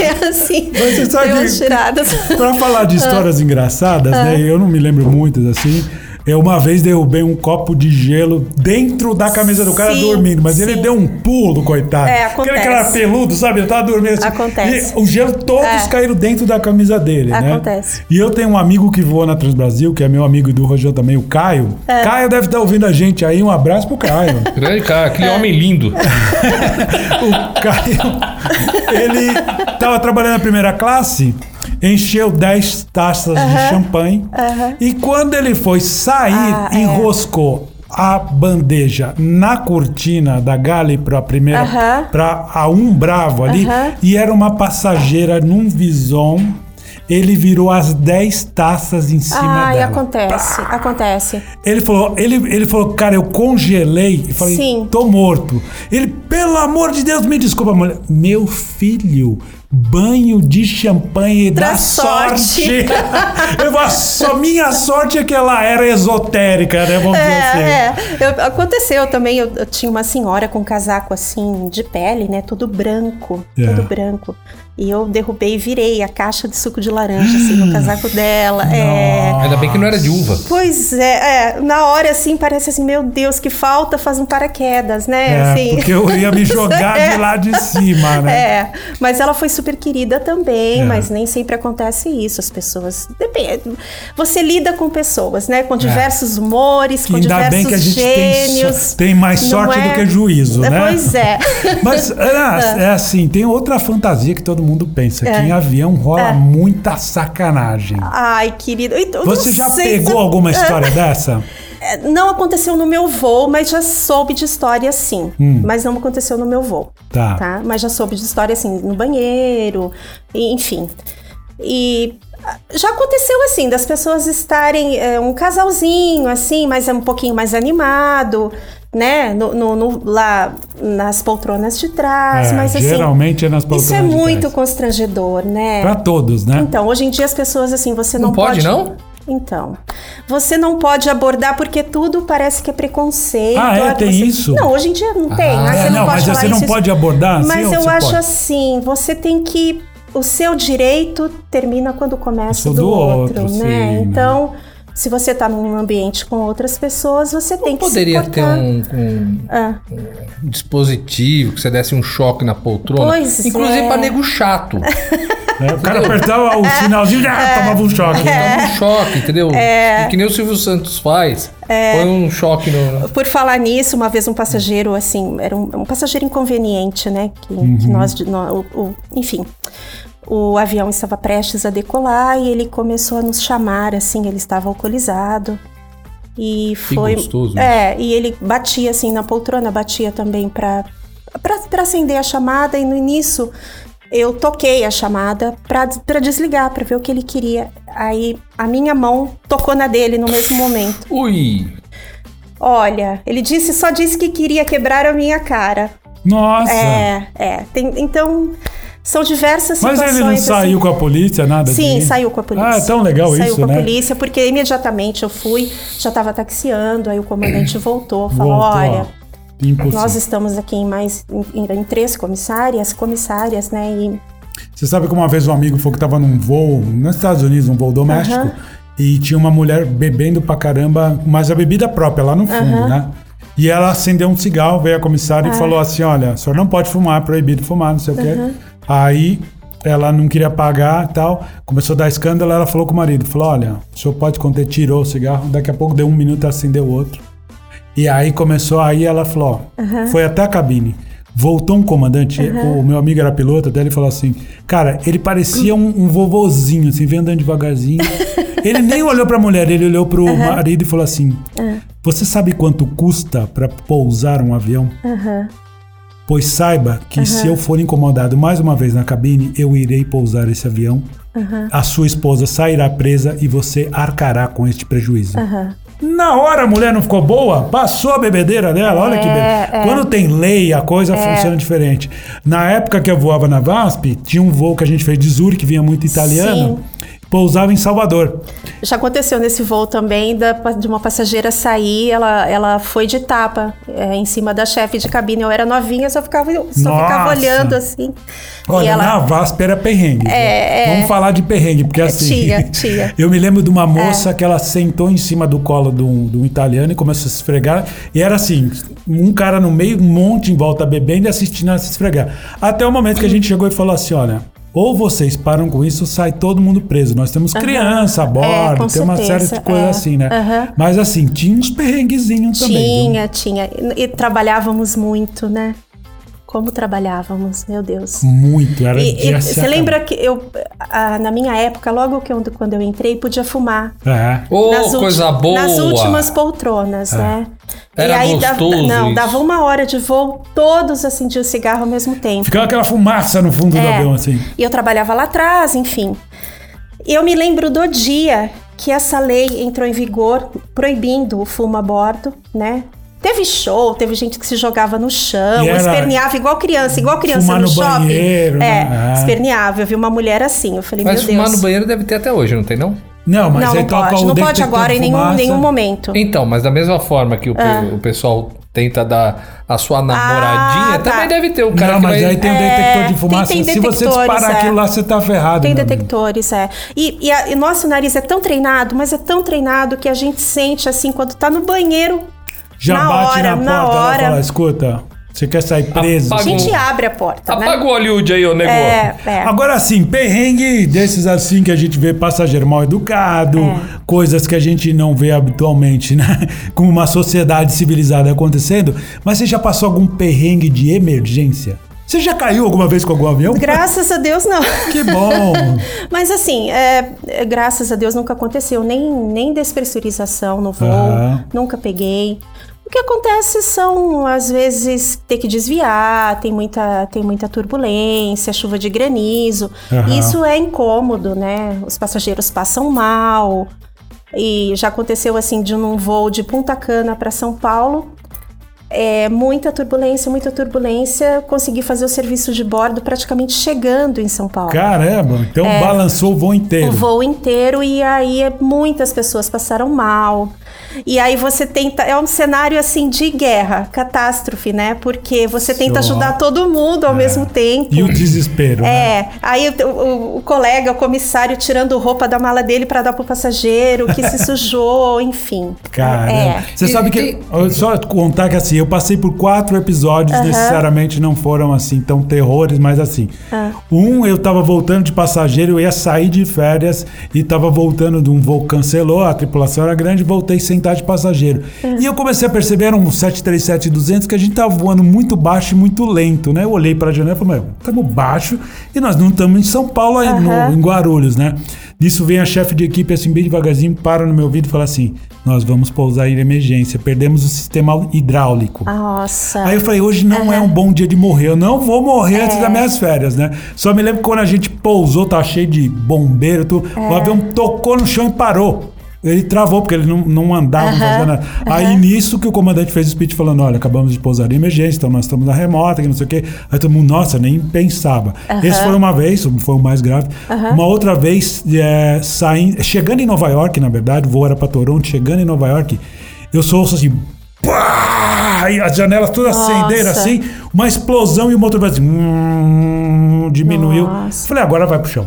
S4: é assim,
S5: Mas você sabe
S4: deu
S5: que-
S4: umas tiradas.
S5: Pra falar de
S4: Ah.
S5: histórias engraçadas, né? Eu não me lembro muitas assim. Eu uma vez derrubei um copo de gelo dentro da camisa do cara
S4: Sim,
S5: dormindo, mas ele
S4: sim.
S5: deu um pulo, coitado.
S4: É,
S5: Aquele
S4: acontece.
S5: cara peludo, sabe? Ele tava dormindo assim.
S4: Acontece. É.
S5: E o gelo todos caíram dentro da camisa dele, né?
S4: Acontece.
S5: E eu tenho um amigo que voa na Transbrasil, que é meu amigo e do Rojão também, o Caio.
S4: É.
S5: Caio deve estar ouvindo a gente aí. Um abraço pro Caio.
S2: Grande Né, cara, aquele homem lindo.
S5: O Caio, ele tava trabalhando na primeira classe, encheu 10 taças de champanhe. E quando ele foi sair,
S4: Ah, é.
S5: enroscou a bandeja na cortina da Gale pra primeira,
S4: Aham.
S5: pra a um bravo ali,
S4: Aham.
S5: e era uma passageira num Vison. Ele virou as 10 taças em cima
S4: Ai,
S5: dela.
S4: acontece, acontece.
S5: Ele falou, ele, ele falou, cara, eu congelei. Eu falei,
S4: Sim.
S5: tô morto. Ele, pelo amor de Deus, me desculpa, mulher. Meu filho, banho de champanhe da
S4: Traz
S5: sorte.
S4: sorte.
S5: eu falo, só minha sorte é que ela era esotérica, né? Vamos dizer assim.
S4: É, é. Eu- aconteceu também, eu, eu tinha uma senhora com um casaco assim, de pele, né? Todo branco,
S5: É.
S4: todo branco. E eu derrubei e virei a caixa de suco de laranja, assim, no casaco dela. É.
S5: Ah,
S2: Ainda bem que não era de uva.
S4: Pois é, é, na hora assim parece assim, meu Deus, que falta faz um paraquedas, né?
S5: É,
S4: assim.
S5: porque eu ia me jogar de lá de cima, né?
S4: É, mas ela foi super querida também,
S5: É.
S4: mas nem sempre acontece isso. As pessoas. Depende. Você lida com pessoas, né? Com diversos humores,
S5: Que
S4: com
S5: É. ainda
S4: diversos
S5: bem que a gente tem,
S4: gênios.
S5: so- tem mais
S4: não
S5: sorte
S4: é?
S5: do que juízo, né?
S4: Pois é.
S5: Mas é, é assim, tem outra fantasia que todo mundo pensa,
S4: É.
S5: que em avião rola muita sacanagem.
S4: Ai, querido. Então, não
S5: Você já
S4: sei se-
S5: pegou alguma história dessa?
S4: É, Não aconteceu no meu voo, mas já soube de história sim.
S5: Hum.
S4: Mas não aconteceu no meu voo.
S5: Tá.
S4: tá? Mas já soube de história assim, no banheiro, e- enfim. E ah, já aconteceu assim, das pessoas estarem é, um casalzinho, assim, mas é um pouquinho mais animado, né? No, no- no- lá nas poltronas de trás,
S5: É,
S4: mas assim.
S5: geralmente é nas
S4: Isso é
S5: poltronas de
S4: muito
S5: trás.
S4: constrangedor, né?
S5: Pra todos, né?
S4: Então, hoje em dia as pessoas assim, você
S2: Não
S4: não,
S2: pode, não?
S4: Então, você não pode abordar porque tudo parece que é preconceito.
S5: Ah, é?
S4: olha,
S5: Tem
S4: você-
S5: isso?
S4: Não, hoje em dia não tem.
S2: Ah,
S4: né?
S5: É,
S4: Você não,
S5: não,
S4: pode
S5: mas
S4: falar
S5: você não
S4: isso,
S5: pode abordar assim,
S4: Mas
S5: ou
S4: eu
S5: você
S4: acho
S5: pode?
S4: assim, você tem que o seu direito termina quando começa
S5: Isso
S4: o
S5: do
S4: do
S5: outro,
S4: outro,
S5: sim,
S4: né?
S5: né?
S4: Então, se você tá num ambiente com outras pessoas, você tem que
S2: Poderia
S4: se
S2: ter
S4: portar.
S2: um, um-
S4: Ah.
S2: um dispositivo que você desse um choque na poltrona.
S4: Pois
S2: Inclusive
S4: é.
S2: pra nego chato.
S5: É, o
S4: assim,
S5: cara apertava o sinalzinho e ah,
S4: é,
S5: tomava um choque.
S2: Dá um choque, entendeu? Que nem o Silvio Santos faz.
S4: É.
S2: Põe um choque no.
S4: Por falar nisso, uma vez um passageiro, assim, era um, um passageiro inconveniente, né? Que, que
S2: Uhum.
S4: nós, de- nó- o- o- enfim, o avião estava prestes a decolar e ele começou a nos chamar, assim, ele estava alcoolizado. E
S2: Que
S4: foi.
S2: gostoso
S4: É, e ele batia, assim, na poltrona, batia também pra para acender a chamada e no início eu toquei a chamada para desligar, para ver o que ele queria. Aí a minha mão tocou na dele no mesmo momento.
S2: Ui!
S4: Olha, ele disse, só disse que queria quebrar a minha cara.
S5: Nossa!
S4: É, é. Tem- então, são diversas
S5: Mas
S4: situações.
S5: ele não saiu
S4: assim.
S5: com a polícia, nada
S4: Sim,
S5: de-
S4: saiu com a polícia.
S5: Ah, é tão legal
S4: saiu
S5: isso,
S4: com a
S5: né?
S4: polícia, porque imediatamente eu fui, já estava taxiando, aí o comandante voltou, falou,
S5: Voltou,
S4: olha,
S5: ó. Impossível.
S4: nós estamos aqui em mais em, em três comissárias, comissárias, né? E
S5: Você sabe que uma vez um amigo falou que tava num voo, nos Estados Unidos, um voo doméstico,
S4: Aham.
S5: e tinha uma mulher bebendo pra caramba, mas a bebida própria, lá no fundo, né? E ela acendeu um cigarro, veio a comissária e falou assim: olha, o senhor não pode fumar, é proibido fumar, não sei o quê. Aí ela não queria pagar e tal, começou a dar escândalo, ela falou com o marido, falou: olha, o senhor pode conter, tirou o cigarro, daqui a pouco deu um minuto, acendeu o outro. E aí começou, aí ela falou, ó, foi até a cabine. Voltou um comandante, o meu amigo era piloto, até ele falou assim, cara, ele parecia um, um vovozinho, assim, vem andando devagarzinho. ele nem olhou pra mulher, ele olhou pro marido e falou assim, você sabe quanto custa pra pousar um avião? Pois saiba que se eu for incomodado mais uma vez na cabine, eu irei pousar esse avião. A sua esposa sairá presa e você arcará com este prejuízo. Na hora a mulher não ficou boa, passou a bebedeira dela, olha que bem. Quando tem lei, a coisa funciona diferente. Na época que eu voava na VASP, tinha um voo que a gente fez de Zurich, que vinha muito italiano, pousava em Salvador.
S4: já aconteceu nesse voo também da, de uma passageira sair, ela, ela foi de tapa é, em cima da chefe de cabine. Eu era novinha, só ficava, só ficava
S5: Nossa!
S4: olhando assim.
S5: Olha,
S4: e ela,
S5: na VASP era perrengue.
S4: É,
S5: viu?
S4: é.
S5: Vamos falar de perrengue, porque assim.
S4: tinha, tinha.
S5: Eu me lembro de uma moça que ela sentou em cima do colo de um, de um italiano e começou a se esfregar. E era assim: um cara no meio, um monte em volta bebendo e assistindo a se esfregar. Até o momento que a gente chegou e falou assim: olha. Ou vocês param com isso, sai todo mundo preso. Nós temos criança a bordo,
S4: É, com
S5: tem uma série de
S4: certeza,
S5: coisas
S4: é.
S5: assim, né?
S4: Aham.
S5: Mas assim, tinha uns perrenguezinhos também.
S4: Tinha,
S5: viu?
S4: tinha. E, e trabalhávamos muito, né? Como trabalhávamos, meu Deus.
S5: Muito, era
S4: E-
S5: de
S4: e
S5: se
S4: você
S5: acabar.
S4: lembra que eu, ah, na minha época, logo que eu, quando eu entrei, podia fumar.
S5: É.
S2: Ô,
S4: nas ulti-
S2: coisa boa!
S4: Nas últimas poltronas, né?
S2: Era
S4: dava-
S2: gostoso
S4: não,
S2: isso.
S4: dava uma hora de voo, todos acendiam o cigarro ao mesmo tempo.
S5: Ficava aquela fumaça no fundo do
S4: É.
S5: avião, assim.
S4: E eu trabalhava lá atrás, enfim. Eu me lembro do dia que essa lei entrou em vigor, proibindo o fumo a bordo, né? Teve show, teve gente que se jogava no chão,
S5: E era
S4: esperneava igual criança, igual criança
S5: fumar
S4: no,
S5: no
S4: shopping.
S5: banheiro,
S4: é,
S5: né? Ah.
S4: esperneava. Eu vi uma mulher assim, eu falei,
S2: Mas
S4: meu
S2: fumar
S4: Deus.
S2: no banheiro deve ter até hoje, não tem não?
S5: Não, mas
S4: não,
S5: aí
S4: não
S5: toca
S4: pode.
S5: o
S4: Não pode
S5: detector
S4: agora
S5: de
S4: em nenhum,
S5: fumaça.
S4: nenhum momento.
S2: Então, mas da mesma forma que o, pe-
S4: Ah.
S2: o pessoal tenta dar a sua namoradinha,
S4: tá.
S2: também deve ter o cara
S5: não,
S2: que
S5: mas
S2: vai...
S5: aí tem um- o
S4: É,
S5: detector
S4: tem-
S5: de fumaça.
S4: tem
S5: Se você
S4: detectores,
S5: disparar
S4: é.
S5: aquilo lá, você tá ferrado.
S4: Tem
S5: meu amigo.
S4: detectores, é. E, e a- e nosso nariz é tão treinado, mas é tão treinado que a gente sente assim quando tá no banheiro.
S5: Já
S4: na
S5: bate
S4: hora,
S5: na
S4: na
S5: porta, ela
S4: hora.
S5: fala, escuta, você quer sair preso?
S4: A
S2: Apaga-
S4: gente abre a porta,
S2: Apaga
S4: né?
S2: o Hollywood aí, ô nego.
S4: É, é.
S5: Agora sim, perrengue desses assim que a gente vê passageiro mal educado,
S4: É.
S5: coisas que a gente não vê habitualmente, né? Com uma sociedade civilizada acontecendo. Mas você já passou algum perrengue de emergência? Você já caiu alguma vez com algum avião?
S4: Graças a Deus, não.
S5: Que bom!
S4: Mas assim, é, é, graças a Deus nunca aconteceu. Nem, nem despressurização no voo,
S5: Aham.
S4: nunca peguei. O que acontece são, às vezes, ter que desviar, tem muita, tem muita turbulência, chuva de granizo.
S5: Aham.
S4: Isso é incômodo, né? Os passageiros passam mal. E já aconteceu assim de um voo de Punta Cana para São Paulo. É, muita turbulência, muita turbulência. Consegui fazer o serviço de bordo praticamente chegando em São Paulo.
S5: Caramba, então balançou o voo inteiro.
S4: É. O Um voo inteiro e aí é- muitas pessoas passaram mal. E aí você tenta, é um cenário assim de guerra, catástrofe, né? Porque você tenta
S5: Só. É.
S4: ajudar todo mundo ao mesmo tempo.
S5: E o desespero. né?
S4: É, aí o, o- o colega, o comissário tirando roupa da mala dele para dar pro passageiro que se sujou, enfim.
S5: Cara,
S4: É.
S5: você
S2: E-
S5: sabe que. eu Só contar que assim, eu passei por quatro episódios, necessariamente não foram assim tão terrores, mas assim.
S4: Ah.
S5: Um, eu tava voltando de passageiro, eu ia sair de férias e tava voltando de um voo, cancelou, a tripulação era grande, voltei e sentar de passageiro. E eu comecei a perceber, era um 737-200, que a gente tava voando muito baixo e muito lento, né? Eu olhei pra janela e falei, mas estamos baixo e nós não estamos em São Paulo, aí no-
S4: Aham.
S5: em Guarulhos, né? Nisso vem a chefe de equipe, assim, bem devagarzinho, para no meu ouvido e fala assim, nós vamos pousar em emergência, perdemos o sistema hidráulico.
S4: Ah, Nossa.
S5: Aí eu falei, hoje não é um bom dia de morrer. Eu não vou morrer antes
S4: É.
S5: das minhas férias, né? Só me lembro que quando a gente pousou, tá cheio de bombeiro, tudo.
S4: É.
S5: O avião tocou no chão e parou. Ele travou, porque ele não, não andava, não fazia nada. Aí nisso que o comandante fez o speech falando: olha, acabamos de pousar em emergência, então nós estamos na remota, que não sei o quê. Aí todo mundo, nossa, nem pensava. Esse foi uma vez, foi o mais grave. Uma outra vez, é, saindo, chegando em Nova York, na verdade, o voo era pra Toronto, chegando em Nova York, eu sou assim. Pá! E as janelas todas
S4: Nossa.
S5: acenderam assim, uma explosão e o motor vai assim, hum, diminuiu.
S4: Nossa.
S5: Falei, agora vai pro chão.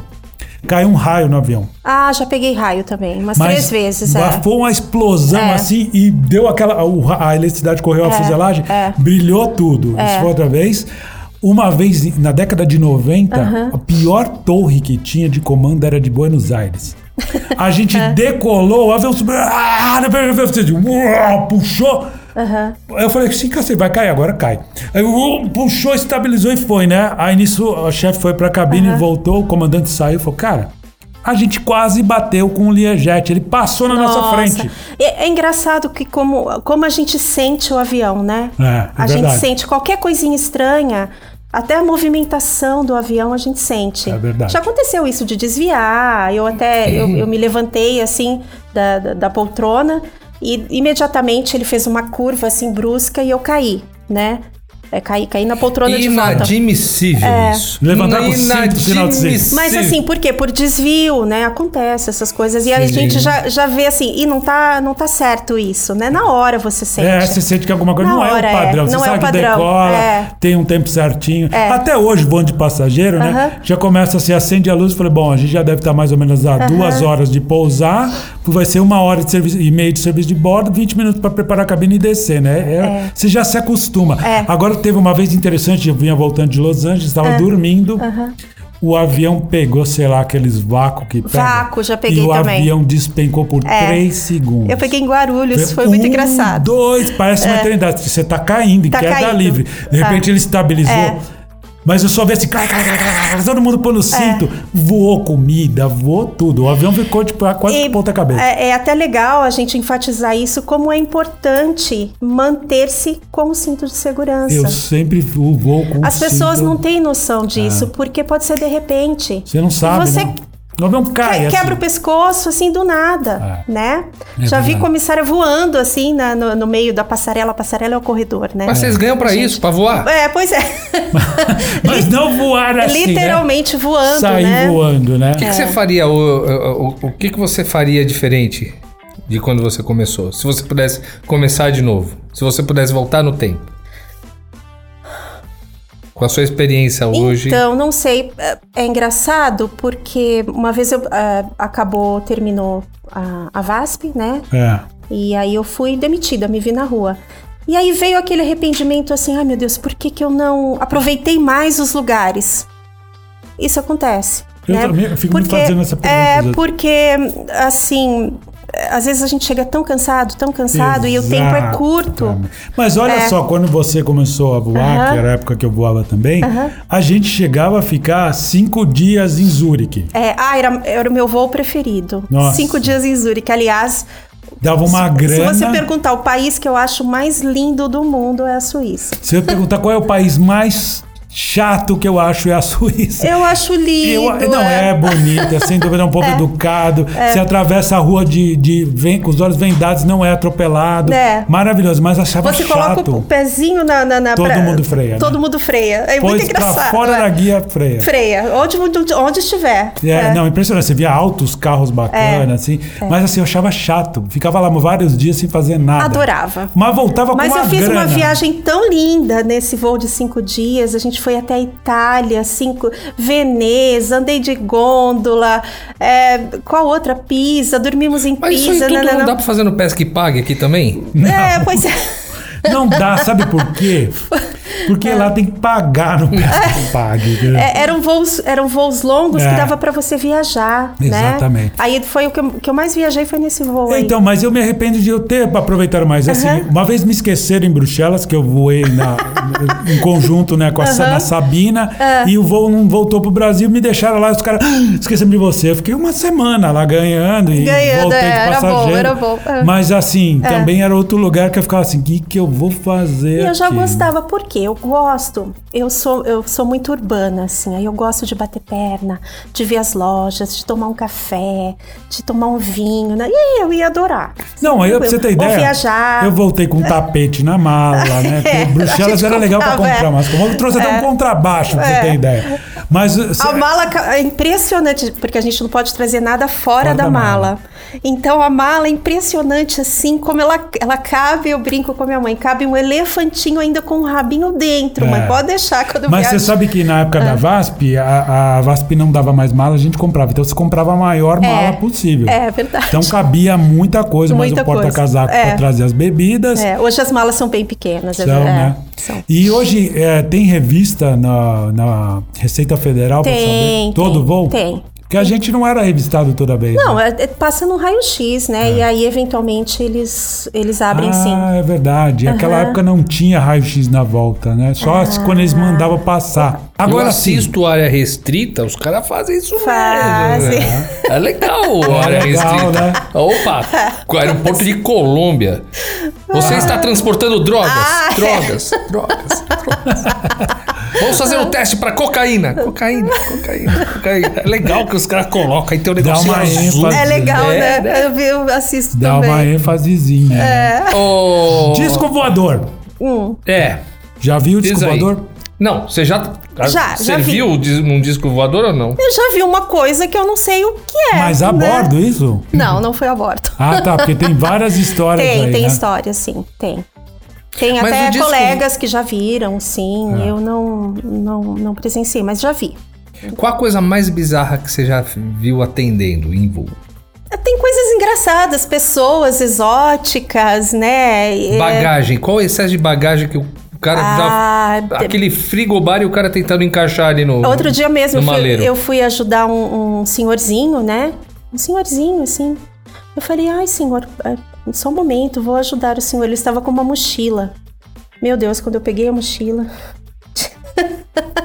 S5: Caiu um raio no avião.
S4: Ah, já peguei raio também, umas três vezes.
S5: mas
S4: é.
S5: Foi uma explosão
S4: É.
S5: assim e deu aquela. o ra- A eletricidade correu a
S4: É,
S5: fuselagem,
S4: é.
S5: brilhou tudo. Isso foi outra vez. Uma vez, na década de 90, a pior torre que tinha de comando era de Buenos Aires. A gente
S4: É.
S5: decolou, o avião subiu, ah, uau, puxou. Eu falei assim, cacete, vai cair, agora cai. Aí uau, puxou, estabilizou e foi, né? Aí nisso o chefe foi pra cabine, voltou, o comandante saiu e falou, cara, a gente quase bateu com o Liejet, ele passou na nossa frente.
S4: É, é engraçado que como, como a gente sente o avião, né?
S5: É, é
S4: a gente
S5: verdade.
S4: sente qualquer coisinha estranha, até a movimentação do avião a gente sente.
S5: É verdade.
S4: Já aconteceu isso de desviar, eu até eu, eu me levantei assim da, da, da poltrona e imediatamente ele fez uma curva assim brusca e eu caí, né? É, caí, caí na poltrona de volta.
S2: Inadmissível isso.
S5: Levantar com cinto no final de cinco.
S4: Mas assim, por quê? Por desvio, né? Acontece essas coisas. E a
S2: Sim.
S4: gente já, já vê assim, e não tá, não tá certo isso, né? Na hora você sente.
S5: É, você sente que alguma coisa
S4: Na
S5: não
S4: hora,
S5: é o padrão.
S4: é.
S5: Você
S4: Não é
S5: sabe
S4: o
S5: que
S4: padrão,
S5: decola,
S4: é.
S5: tem um tempo certinho.
S4: É.
S5: Até hoje, voo de passageiro, né?
S4: Aham.
S5: Já começa assim, acende a luz e fala, bom, a gente já deve estar mais ou menos a duas horas de pousar, vai ser uma hora de serviço, e meia de serviço de bordo, 20 minutos para preparar a cabine e descer, né? É- Você já se acostuma.
S4: É. Ah.
S5: Agora teve uma vez interessante, eu vinha voltando de Los Angeles, estava dormindo. O avião pegou, sei lá, aqueles vácuos que pega.
S4: Vácuo, já peguei
S5: E o
S4: também.
S5: avião despencou por
S4: É.
S5: três segundos.
S4: Eu peguei em Guarulhos, foi muito
S5: Um,
S4: engraçado. É.
S5: Dois, parece uma eternidade. porque Você tá caindo, em
S4: Tá
S5: queda
S4: caindo.
S5: livre. De repente ele estabilizou.
S4: É.
S5: Mas eu só vi assim, cai, cai, cai, cai, cai, todo mundo pôr no cinto. Voou comida, voou tudo. O avião ficou tipo, quase
S4: E
S5: de ponta cabeça.
S4: É, é até legal a gente enfatizar isso, como é importante manter-se com o cinto de segurança.
S5: Eu sempre vou vou com
S4: é As
S5: o
S4: pessoas
S5: cinto. Ah.
S4: não têm noção disso, porque pode ser de repente.
S5: Você não sabe,
S4: Você
S5: né? O avião cai,
S4: Que-
S5: assim.
S4: É, quebra o pescoço, assim, do nada, né?
S5: É
S4: Já vi
S5: verdade.
S4: comissária voando, assim, na- no, no meio da passarela. A passarela é o corredor, né?
S2: Mas vocês ganham pra isso, pra voar?
S4: É, pois é.
S5: Mas não voar assim,
S4: Literalmente
S5: né?
S4: voando,
S5: Sair
S4: né?
S5: voando, né?
S2: O que, que você faria? O, o, o- o que, que você faria diferente de quando você começou? Se você pudesse começar de novo, se você pudesse voltar no tempo. Com a sua experiência hoje.
S4: Então, não sei. É- É engraçado porque uma vez eu ah, acabou, terminou a, a VASP, né?
S5: É.
S4: E aí eu fui demitida, me vi na rua. E aí veio aquele arrependimento assim, ai meu Deus, por que, que eu não aproveitei mais os lugares? Isso acontece.
S5: Eu
S4: né?
S5: também fico me fazendo essa pergunta, às
S4: É,
S5: vezes.
S4: porque, assim, às vezes a gente chega tão cansado, tão cansado, e o tempo é curto.
S5: Exatamente. Mas olha só, quando você começou a voar,
S4: É. Aham.
S5: que era a época que eu voava também, a gente chegava a ficar cinco dias em Zurique.
S4: É, ah, era, era o meu voo preferido.
S5: Nossa.
S4: Cinco dias em Zurique. Aliás,
S5: Dava uma
S4: se,
S5: grana.
S4: se você perguntar, o país que eu acho mais lindo do mundo é a Suíça.
S5: Se eu perguntar qual é o país mais chato que eu acho, é a Suíça.
S4: Eu acho lindo.
S5: Eu- não, é, bonito, é sem dúvida, é um pouco educado.
S4: É.
S5: Você atravessa a rua de, de- vem, com os olhos vendados, não é atropelado.
S4: É.
S5: Maravilhoso, mas achava
S4: Você
S5: chato.
S4: coloca o pezinho na. na, na
S5: Todo mundo freia, né?
S4: Todo mundo freia. É
S5: Pois
S4: muito
S5: pra
S4: engraçado.
S5: fora
S4: é.
S5: da guia freia.
S4: Freia. Onde, onde, onde estiver.
S5: É, não, impressionante. Você via altos carros bacanas,
S4: É.
S5: assim. Mas assim, eu achava chato. Ficava lá vários dias sem fazer nada.
S4: Adorava.
S5: Mas voltava
S4: Mas
S5: com uma
S4: eu fiz uma
S5: grana.
S4: viagem tão linda nesse voo de cinco dias. A gente foi até a Itália, cinco, Veneza, andei de gôndola, é, qual outra? Pisa, dormimos em
S2: Mas isso aí
S4: Pisa.
S2: tudo não, dá pra fazer no Pesca e Pague aqui também?
S4: É, pois é.
S5: Não dá, sabe por quê? Porque lá tem que pagar no Brasil. Pague. né?
S4: É, eram, voos, eram voos longos
S5: É.
S4: que dava pra você viajar, né?
S5: Exatamente.
S4: Aí foi o que eu, que eu mais viajei foi nesse voo aí.
S5: Então, mas eu me arrependo de eu ter aproveitado mais. Assim,
S4: Aham.
S5: uma vez me esqueceram em Bruxelas, que eu voei na- em conjunto né, com a Sa-
S4: Aham. É.
S5: na Sabina, e o voo não voltou pro Brasil, me deixaram lá, os caras, "Ah, esquecemos de você. Eu fiquei uma semana lá ganhando e
S4: Ganhando,
S5: voltei
S4: é,
S5: de
S4: era bom,
S5: passageiro.
S4: era bom, é.
S5: Mas assim, também era outro lugar que eu ficava assim, o que, que eu vou fazer
S4: E eu já
S5: aqui?"
S4: gostava, porque eu gosto. Eu sou, eu sou muito urbana, assim. Aí eu gosto de bater perna, de ver as lojas, de tomar um café, de tomar um vinho. Né? E aí eu ia adorar.
S5: Não, aí pra
S4: Tranquilo.
S5: você ter
S4: Ou
S5: ideia,
S4: viajar.
S5: eu voltei com um tapete na mala, né? Porque
S4: É, a
S5: Bruxelas
S4: gente
S5: era legal pra
S4: comprava,
S5: comprar
S4: é.
S5: umas coisas. Eu trouxe até um contrabaixo, pra você
S4: É.
S5: ter ideia. Mas... você-
S4: A mala ca- é impressionante, porque a gente não pode trazer nada fora,
S5: Fora
S4: da,
S5: da
S4: mala.
S5: mala.
S4: Então a mala é impressionante assim, como ela, ela cabe, eu brinco com a minha mãe, cabe um elefantinho ainda com um rabinho dentro,
S5: É.
S4: mas pode deixar quando
S5: Mas
S4: viajar.
S5: você sabe que na época
S4: Ah.
S5: da VASP, a, a VASP não dava mais mala, a gente comprava. Então você comprava a maior mala possível.
S4: É verdade.
S5: Então cabia muita coisa,
S4: Muita
S5: mas o porta-casaco
S4: coisa. É.
S5: para trazer as bebidas.
S4: É, hoje as malas são bem pequenas, é
S5: São,
S4: ver- é,
S5: né?
S4: são.
S5: E hoje é, tem revista na, na Receita Federal pra
S4: Tem,
S5: saber?
S4: tem,
S5: Todo voo?
S4: tem.
S5: Porque a gente não era revistado toda vez.
S4: Não,
S5: né?
S4: é- é- passa no raio-x, né? E aí, eventualmente, eles, eles abrem
S5: É. Ah,
S4: sim.
S5: é verdade. Aquela época não tinha raio-x na volta, né? Só
S4: Ah.
S5: se quando eles mandavam passar.
S2: eu
S5: Agora sim.
S2: assisto área restrita, os caras fazem isso
S4: Fazem.
S2: mesmo. né? É legal a área
S5: legal,
S2: restrita.
S5: né?
S2: Opa, o aeroporto de Colômbia. Você está transportando drogas,
S4: Ah, é.
S2: drogas, drogas, drogas. Vamos fazer um teste para cocaína. Cocaína, cocaína, cocaína. É legal que os caras colocam, aí tem um negócio
S5: uma
S2: azul.
S5: ênfase.
S4: É legal,
S2: É,
S4: né? Eu, vi- eu assisto
S5: Dá
S4: também. É.
S5: uma ênfasezinha. né?
S2: Ô,
S5: Disco voador.
S4: Hum.
S2: É,
S5: Já viu o
S2: Diz
S5: disco
S2: aí.
S5: voador?
S2: Não, você já,
S4: já
S2: serviu um disco voador ou não?
S4: Eu já vi uma coisa que eu não sei o que é.
S5: Mas a
S4: né?
S5: bordo, isso?
S4: Não, não foi a bordo.
S5: Ah, tá, porque tem várias histórias
S4: Tem,
S5: aí,
S4: tem
S5: né?
S4: história, sim, tem. Tem
S2: Mas
S4: até
S2: o disco-
S4: colegas que já viram, sim.
S5: Ah.
S4: Eu não, não, não presenciei, mas já vi.
S2: Qual a coisa mais bizarra que você já viu atendendo em voo?
S4: É, Tem coisas engraçadas, pessoas exóticas, né? E-
S2: Bagagem. Qual é o excesso de bagagem que o cara
S4: Ah,
S2: dá aquele frigobar e o cara tentando encaixar ali no
S4: Outro dia mesmo,
S2: no
S4: eu fui,
S2: maleiro.
S4: eu fui ajudar um, um senhorzinho, né? Um senhorzinho, assim. Eu falei, ai, senhor, é, só um momento, vou ajudar o senhor. Ele estava com uma mochila. Meu Deus, quando eu peguei a mochila.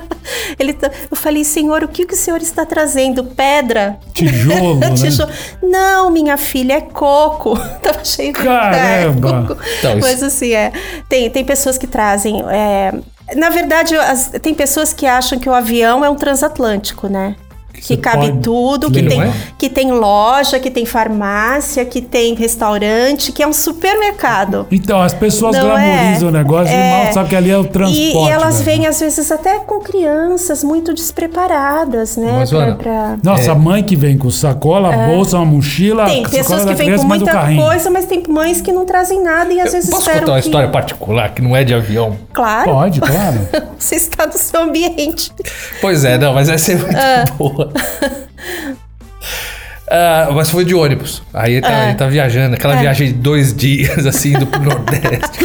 S4: Ele tá- Eu falei, senhor, o que, que o senhor está trazendo? Pedra?
S5: Tijolo, né?
S4: Tijolo. Não, minha filha, é coco. Tava cheio de
S5: Caramba!
S4: É, coco.
S2: Então, isso-
S4: Mas assim, é. Tem, tem pessoas que trazem. é, Na verdade, eu- as- tem pessoas que acham que o avião é um transatlântico, né?
S5: você
S4: Que cabe
S5: pode
S4: tudo, que
S2: levar.
S4: tem,
S2: Não é?
S4: que tem loja, que tem farmácia, que tem restaurante, que é um supermercado.
S5: Então, as pessoas
S4: Não é?
S5: glamorizam o negócio
S4: É.
S5: e mal sabe que ali é o
S4: E,
S5: transporte.
S4: e elas
S5: velho.
S4: vêm, às vezes, até com crianças muito despreparadas, né?
S2: Mas,
S4: pra-
S2: Ana,
S4: pra-
S2: É.
S5: Nossa, a mãe que vem com sacola, bolsa, uma mochila,
S4: É. Tem
S5: sacola
S4: pessoas
S5: da
S4: que vêm
S5: criança,
S4: com
S5: mas do
S4: muita
S5: carrinho.
S4: coisa, mas tem mães que não trazem nada e às vezes
S2: Posso
S4: esperam
S2: contar uma
S4: que...
S2: história particular que não é de avião?
S4: Claro,
S5: Pode, claro.
S4: você está no seu ambiente.
S2: Pois é, não, mas essa é muito boa. Ah, mas foi de ônibus. Aí ele tá, ele tá viajando, aquela viagem de dois dias, assim, indo pro Nordeste.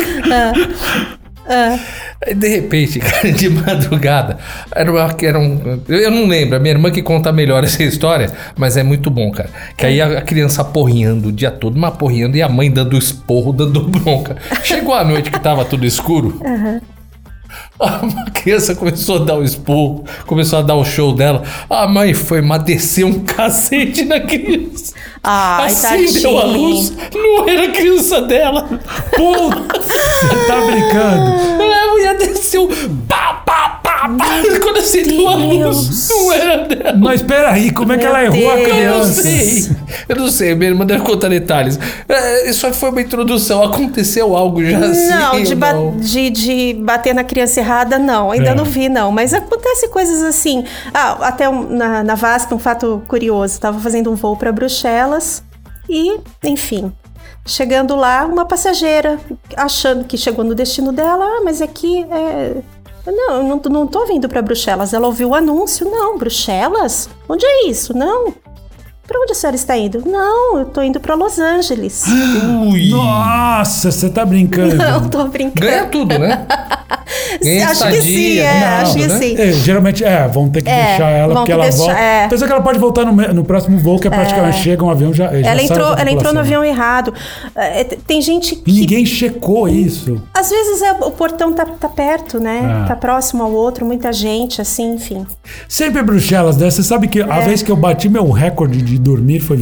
S2: Aí, De repente, cara, de madrugada, era, uma, era um. Eu eu não lembro, a minha irmã que conta melhor essa história, mas é muito bom, cara. Que aí a, a criança aporreando o dia todo, mas aporreando, e a mãe dando esporro, dando bronca. Chegou a noite que tava tudo escuro, a criança começou a dar o expor, começou a dar o show dela. A mãe foi, mas desceu um cacete na criança. Ah,
S4: Ai,
S2: Acendeu a luz, não era a criança dela.
S5: Putz, você tá brincando.
S2: A mulher desceu, pá, pá, pá, pá. Quando acendeu a luz, não era dela.
S5: Mas peraí, como é que
S4: Meu
S5: ela errou a
S4: Deus.
S2: Eu não
S5: criança?
S2: sei, eu não sei, minha irmã deve contar detalhes. É, Isso aí foi uma introdução, aconteceu algo já assim?
S4: Não, de,
S2: ou
S4: ba-
S2: não?
S4: de- de bater na criança errada, não. Ainda
S5: É.
S4: não vi, não. Mas acontece coisas assim. Ah, até um- na, na VASP, um fato curioso. Tava fazendo um voo para Bruxelas e, enfim. Chegando lá, uma passageira, achando que chegou no destino dela, ah, mas aqui é. Não, eu não, tô- não tô vindo para Bruxelas. Ela ouviu o anúncio. Não, Bruxelas? Onde é isso? Não. Pra onde a senhora está indo? Não, eu tô indo para Los Angeles.
S2: Ui.
S5: Nossa, você tá brincando.
S4: não, tô brincando.
S2: Ganha tudo, né? Nem
S4: acho que sim,
S2: estadia,
S4: é,
S2: nem nada,
S4: acho que
S2: né?
S4: sim.
S5: É, geralmente, é, vão ter que
S4: É,
S5: deixar ela,
S4: vão
S5: porque
S4: que
S5: ela
S4: deixar,
S5: volta.
S4: é.
S5: Apesar que ela pode voltar no, me- no próximo voo, que é praticamente chega um avião já. já
S4: Ela
S5: sai
S4: entrou, ela
S5: da
S4: entrou no
S5: população.
S4: avião errado. É, t- Tem gente que.
S5: E ninguém checou isso.
S4: Às vezes é- o portão tá, tá perto, né?
S5: Ah.
S4: Tá próximo ao outro, muita gente, assim, enfim.
S5: Sempre bruxelas, né? Você sabe que a
S4: É.
S5: vez que eu bati meu recorde de dormir foi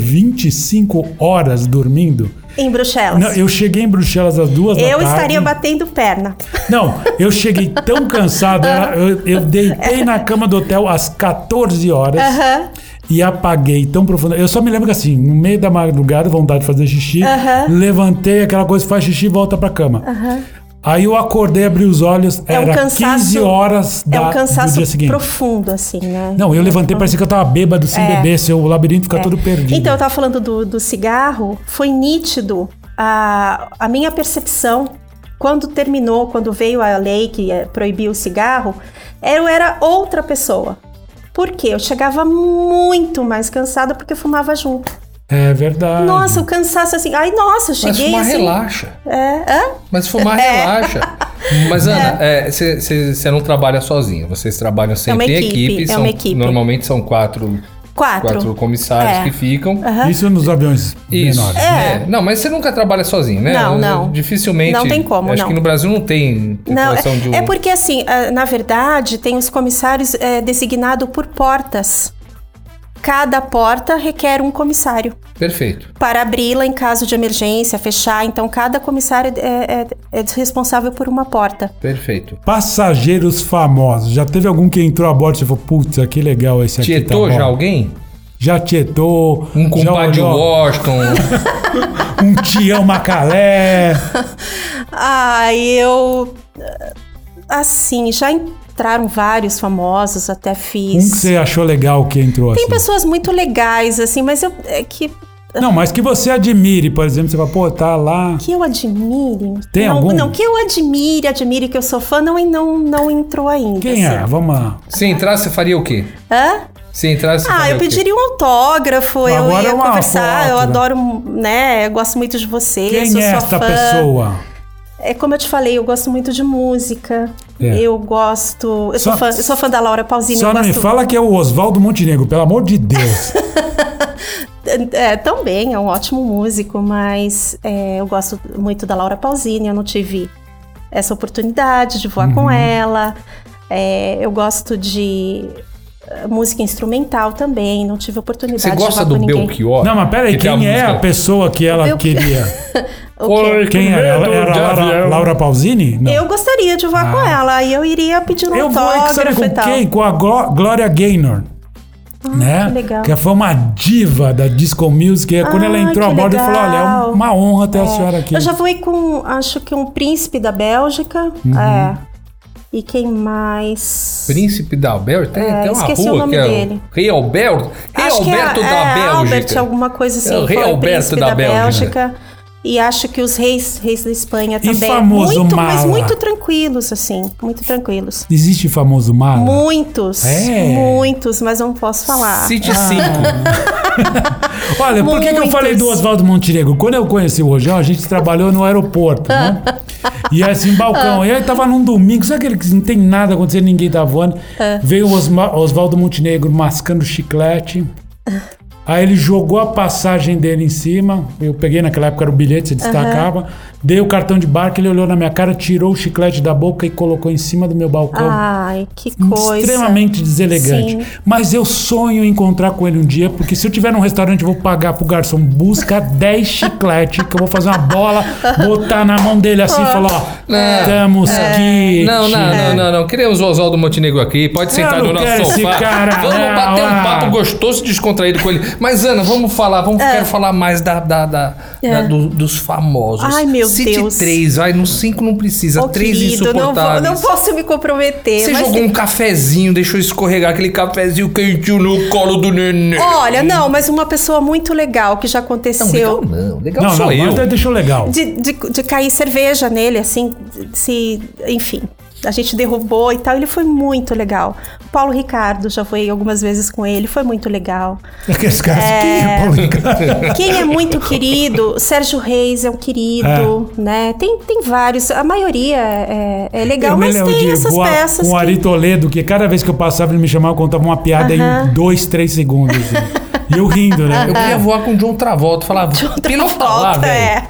S5: 25 horas dormindo.
S4: Em Bruxelas.
S5: Não, eu cheguei em Bruxelas às duas da
S4: eu
S5: tarde.
S4: estaria batendo perna.
S5: Não, eu cheguei tão cansado. era- Eu, eu deitei na cama do hotel às 14 horas.
S4: Aham.
S5: E apaguei tão profundo. Eu só me lembro que assim, no meio da madrugada, vontade de fazer xixi, levantei aquela coisa, faz xixi e volta pra cama. Aí eu acordei, abri os olhos,
S4: É um
S5: era
S4: cansaço-
S5: 15 horas da,
S4: é um
S5: do
S4: cansaço
S5: dia seguinte.
S4: profundo, assim, né?
S5: Não, eu levantei, parecia que eu tava bêbado, sem
S4: É.
S5: beber, seu labirinto fica
S4: É.
S5: todo perdido.
S4: Então, eu tava falando do, do cigarro, foi nítido a, a minha percepção quando terminou, quando veio a lei que eh, proibiu o cigarro, eu era outra pessoa. Por quê? Eu chegava muito mais cansada porque eu fumava junto.
S5: É verdade.
S4: Nossa, o cansaço assim. Ai,
S2: Ah.
S4: nossa, eu
S2: Mas
S4: cheguei
S2: fumar
S4: assim.
S2: relaxa.
S4: É, hã?
S2: Mas fumar
S4: É.
S2: relaxa. Mas, Ana, é, você não trabalha sozinha. Vocês trabalham sempre
S4: uma
S2: em
S4: equipe,
S2: equipe.
S4: é
S2: são-
S4: uma equipe.
S2: Normalmente são quatro,
S4: Quatro.
S2: quatro comissários
S4: É.
S2: que ficam.
S5: Isso nos aviões
S2: Isso.
S5: menores.
S2: né? Não, mas você nunca trabalha sozinho, né?
S4: Não, não.
S2: Dificilmente.
S4: Não tem como,
S2: Acho
S4: não.
S2: que no Brasil não tem
S4: Não,
S2: população de um.
S4: é, é porque assim, ah, na verdade, tem os comissários eh, designados por portas. Cada porta requer um comissário.
S2: Perfeito.
S4: para abri-la em caso de emergência, fechar. Então, cada comissário é, é- é responsável por uma porta.
S2: Perfeito.
S5: Passageiros famosos. Já teve algum que entrou a bordo e você falou, putz, que legal esse aqui.
S2: Tietou
S5: tá bom."
S2: já alguém?
S5: Já tietou.
S2: Um compadre de
S5: já olhou
S2: Washington.
S5: Um Tião Macalé.
S4: Ah, eu. eh, Assim, já entraram vários famosos, até
S5: Um que
S4: fiz.
S5: você achou legal que entrou
S4: Tem
S5: assim.
S4: pessoas muito legais, assim, mas eu. É que,
S5: Não, mas que você admire, por exemplo, você fala, pô, tá lá.
S4: que eu admire.
S5: Tem
S4: não,
S5: algum?
S4: não, que eu admire, admire, que eu sou fã, não, não, não entrou ainda.
S5: Quem é?
S4: assim.
S5: Vamos lá.
S2: Se entrar, você faria o quê?
S4: Hã?
S2: Se entrar, você
S4: Ah,
S2: faria
S4: eu
S2: o quê?
S4: pediria um autógrafo, eu
S5: Agora
S4: ia
S5: é uma
S4: conversar, eu
S5: foto, né?
S4: adoro, né? Eu gosto muito de você,
S5: Quem
S4: sou
S5: é
S4: sua
S5: esta
S4: fã.
S5: pessoa?
S4: É como eu te falei, eu gosto muito de música.
S5: É.
S4: Eu gosto. Eu sou,
S5: Só-
S4: fã, eu sou fã da Laura Pausini.
S5: Só
S4: eu
S5: não me
S4: gosto,
S5: fala que é o Oswaldo Montenegro, pelo amor de Deus.
S4: É, também, é um ótimo músico, mas é, eu gosto muito da Laura Pausini. Eu não tive essa oportunidade de voar
S5: Uhum.
S4: com ela. É, eu gosto de eh, música instrumental também. Não tive oportunidade
S2: Você gosta
S4: de voar
S2: do
S4: com ninguém.
S2: Belchior?
S5: não, mas peraí,
S2: Que tem
S5: quem é
S2: música-
S5: a pessoa que ela
S4: Eu-
S5: queria?
S4: O quê?
S5: Quem era? Ela era a Laura, Laura Pausini? Não. Ah.
S4: Eu gostaria de voar com ela e eu iria pedir um
S5: Eu vou aí que sabe
S4: autógrafo e
S5: com
S4: tal. Ah,
S5: quem? Com a Gló- Gloria Gaynor. né?
S4: que legal.
S5: Que foi uma diva da disco music. E quando
S4: Ah,
S5: ela entrou a
S4: que
S5: bordo, eu
S4: legal.
S5: falou: Olha, é uma honra ter a senhora aqui.
S4: Eu já voei com, acho que um príncipe da Bélgica. É. E quem mais?
S2: Uhum. Príncipe da Alberta? Tem,
S4: É,
S2: tem uma
S4: esqueci
S2: rua
S4: o nome
S2: que é
S4: dele.
S2: Rei Alberto? Rei
S4: Acho que é-
S2: Alberto
S4: é,
S2: da Bélgica.
S4: Albert, alguma coisa assim.
S2: É o rei
S4: foi
S2: Alberto
S4: príncipe
S2: da Bélgica.
S4: E acho que os reis, reis da Espanha também.
S5: famoso
S4: muito, mas
S5: mala?
S4: muito tranquilos, assim. Muito tranquilos.
S5: Existe famoso mala?
S4: Muitos,
S5: É.
S4: muitos, mas eu não posso falar.
S2: City 5.
S5: Olha, por que, que eu
S4: Muitos.
S5: falei do Oswaldo Montenegro? Quando eu conheci o Rogério, a gente trabalhou no aeroporto, né? E assim, balcão. E aí tava num domingo, sabe aquele que não tem nada acontecendo, ninguém tá voando? Veio o Osma- Oswaldo Montenegro mascando chiclete. Aí ele jogou a passagem dele em cima. Eu peguei naquela época era o bilhete, você destacava. Dei o cartão de barco, ele olhou na minha cara, tirou o chiclete da boca e colocou em cima do meu balcão
S4: Ai, que coisa.
S5: extremamente deselegante.
S4: Sim.
S5: Mas eu sonho em encontrar com ele um dia, porque se eu tiver num restaurante, eu vou pagar pro garçom, busca 10 chiclete, que eu vou fazer uma bola, botar na mão dele assim e falar, ó,
S2: É.
S5: estamos aqui.
S2: Não, não,
S4: É.
S2: não, não, não. Queremos o Oswaldo Montenegro aqui. Pode sentar
S5: Eu
S2: no
S5: não
S2: nosso
S5: quero
S2: sofá.
S5: esse cara,
S2: vamos
S5: não,
S2: bater um
S5: ah.
S2: papo gostoso e descontraído com ele. Mas, Ana, vamos falar. Vamos, Quero falar mais da, da- da-
S4: É.
S2: da- do- dos famosos.
S4: Ai, meu
S2: City
S4: Deus.
S2: 3, vai. No 5 não precisa.
S4: Ô,
S2: 3
S4: querido, não, vou-
S2: insuportáveis.
S4: não posso me comprometer.
S2: Você
S4: mas
S2: jogou
S4: tem-
S2: um cafezinho, deixou escorregar aquele cafezinho quentinho no colo do neném.
S4: Olha, não, mas uma pessoa muito legal que já
S2: Legal
S4: aconteceu.
S2: não. Legal
S5: Não, é
S2: sou
S5: não,
S2: eu.
S5: mas deixou legal.
S4: de, de, de cair cerveja nele, assim, de- se. Enfim. a gente derrubou e tal. Ele foi muito legal. O Paulo Ricardo, já foi algumas vezes com ele, foi muito legal.
S5: Aqueles caras, quem é Paulo Ricardo?
S4: Quem é muito querido, Sérgio Reis é um querido, né? Tem, tem vários, a maioria é, é legal,
S5: Eu me
S4: mas
S5: lembro
S4: tem
S5: um de
S4: essas
S5: Boa-
S4: peças.
S5: Com o
S4: que-
S5: Ari Toledo, que cada vez que eu passava ele me chamava, contava uma piada
S4: Aham.
S5: em dois, três segundos. né? e eu rindo, né?
S2: Eu queria voar com o John Travolta. Falava, pilota lá,
S4: Volta,
S2: velho.
S4: é.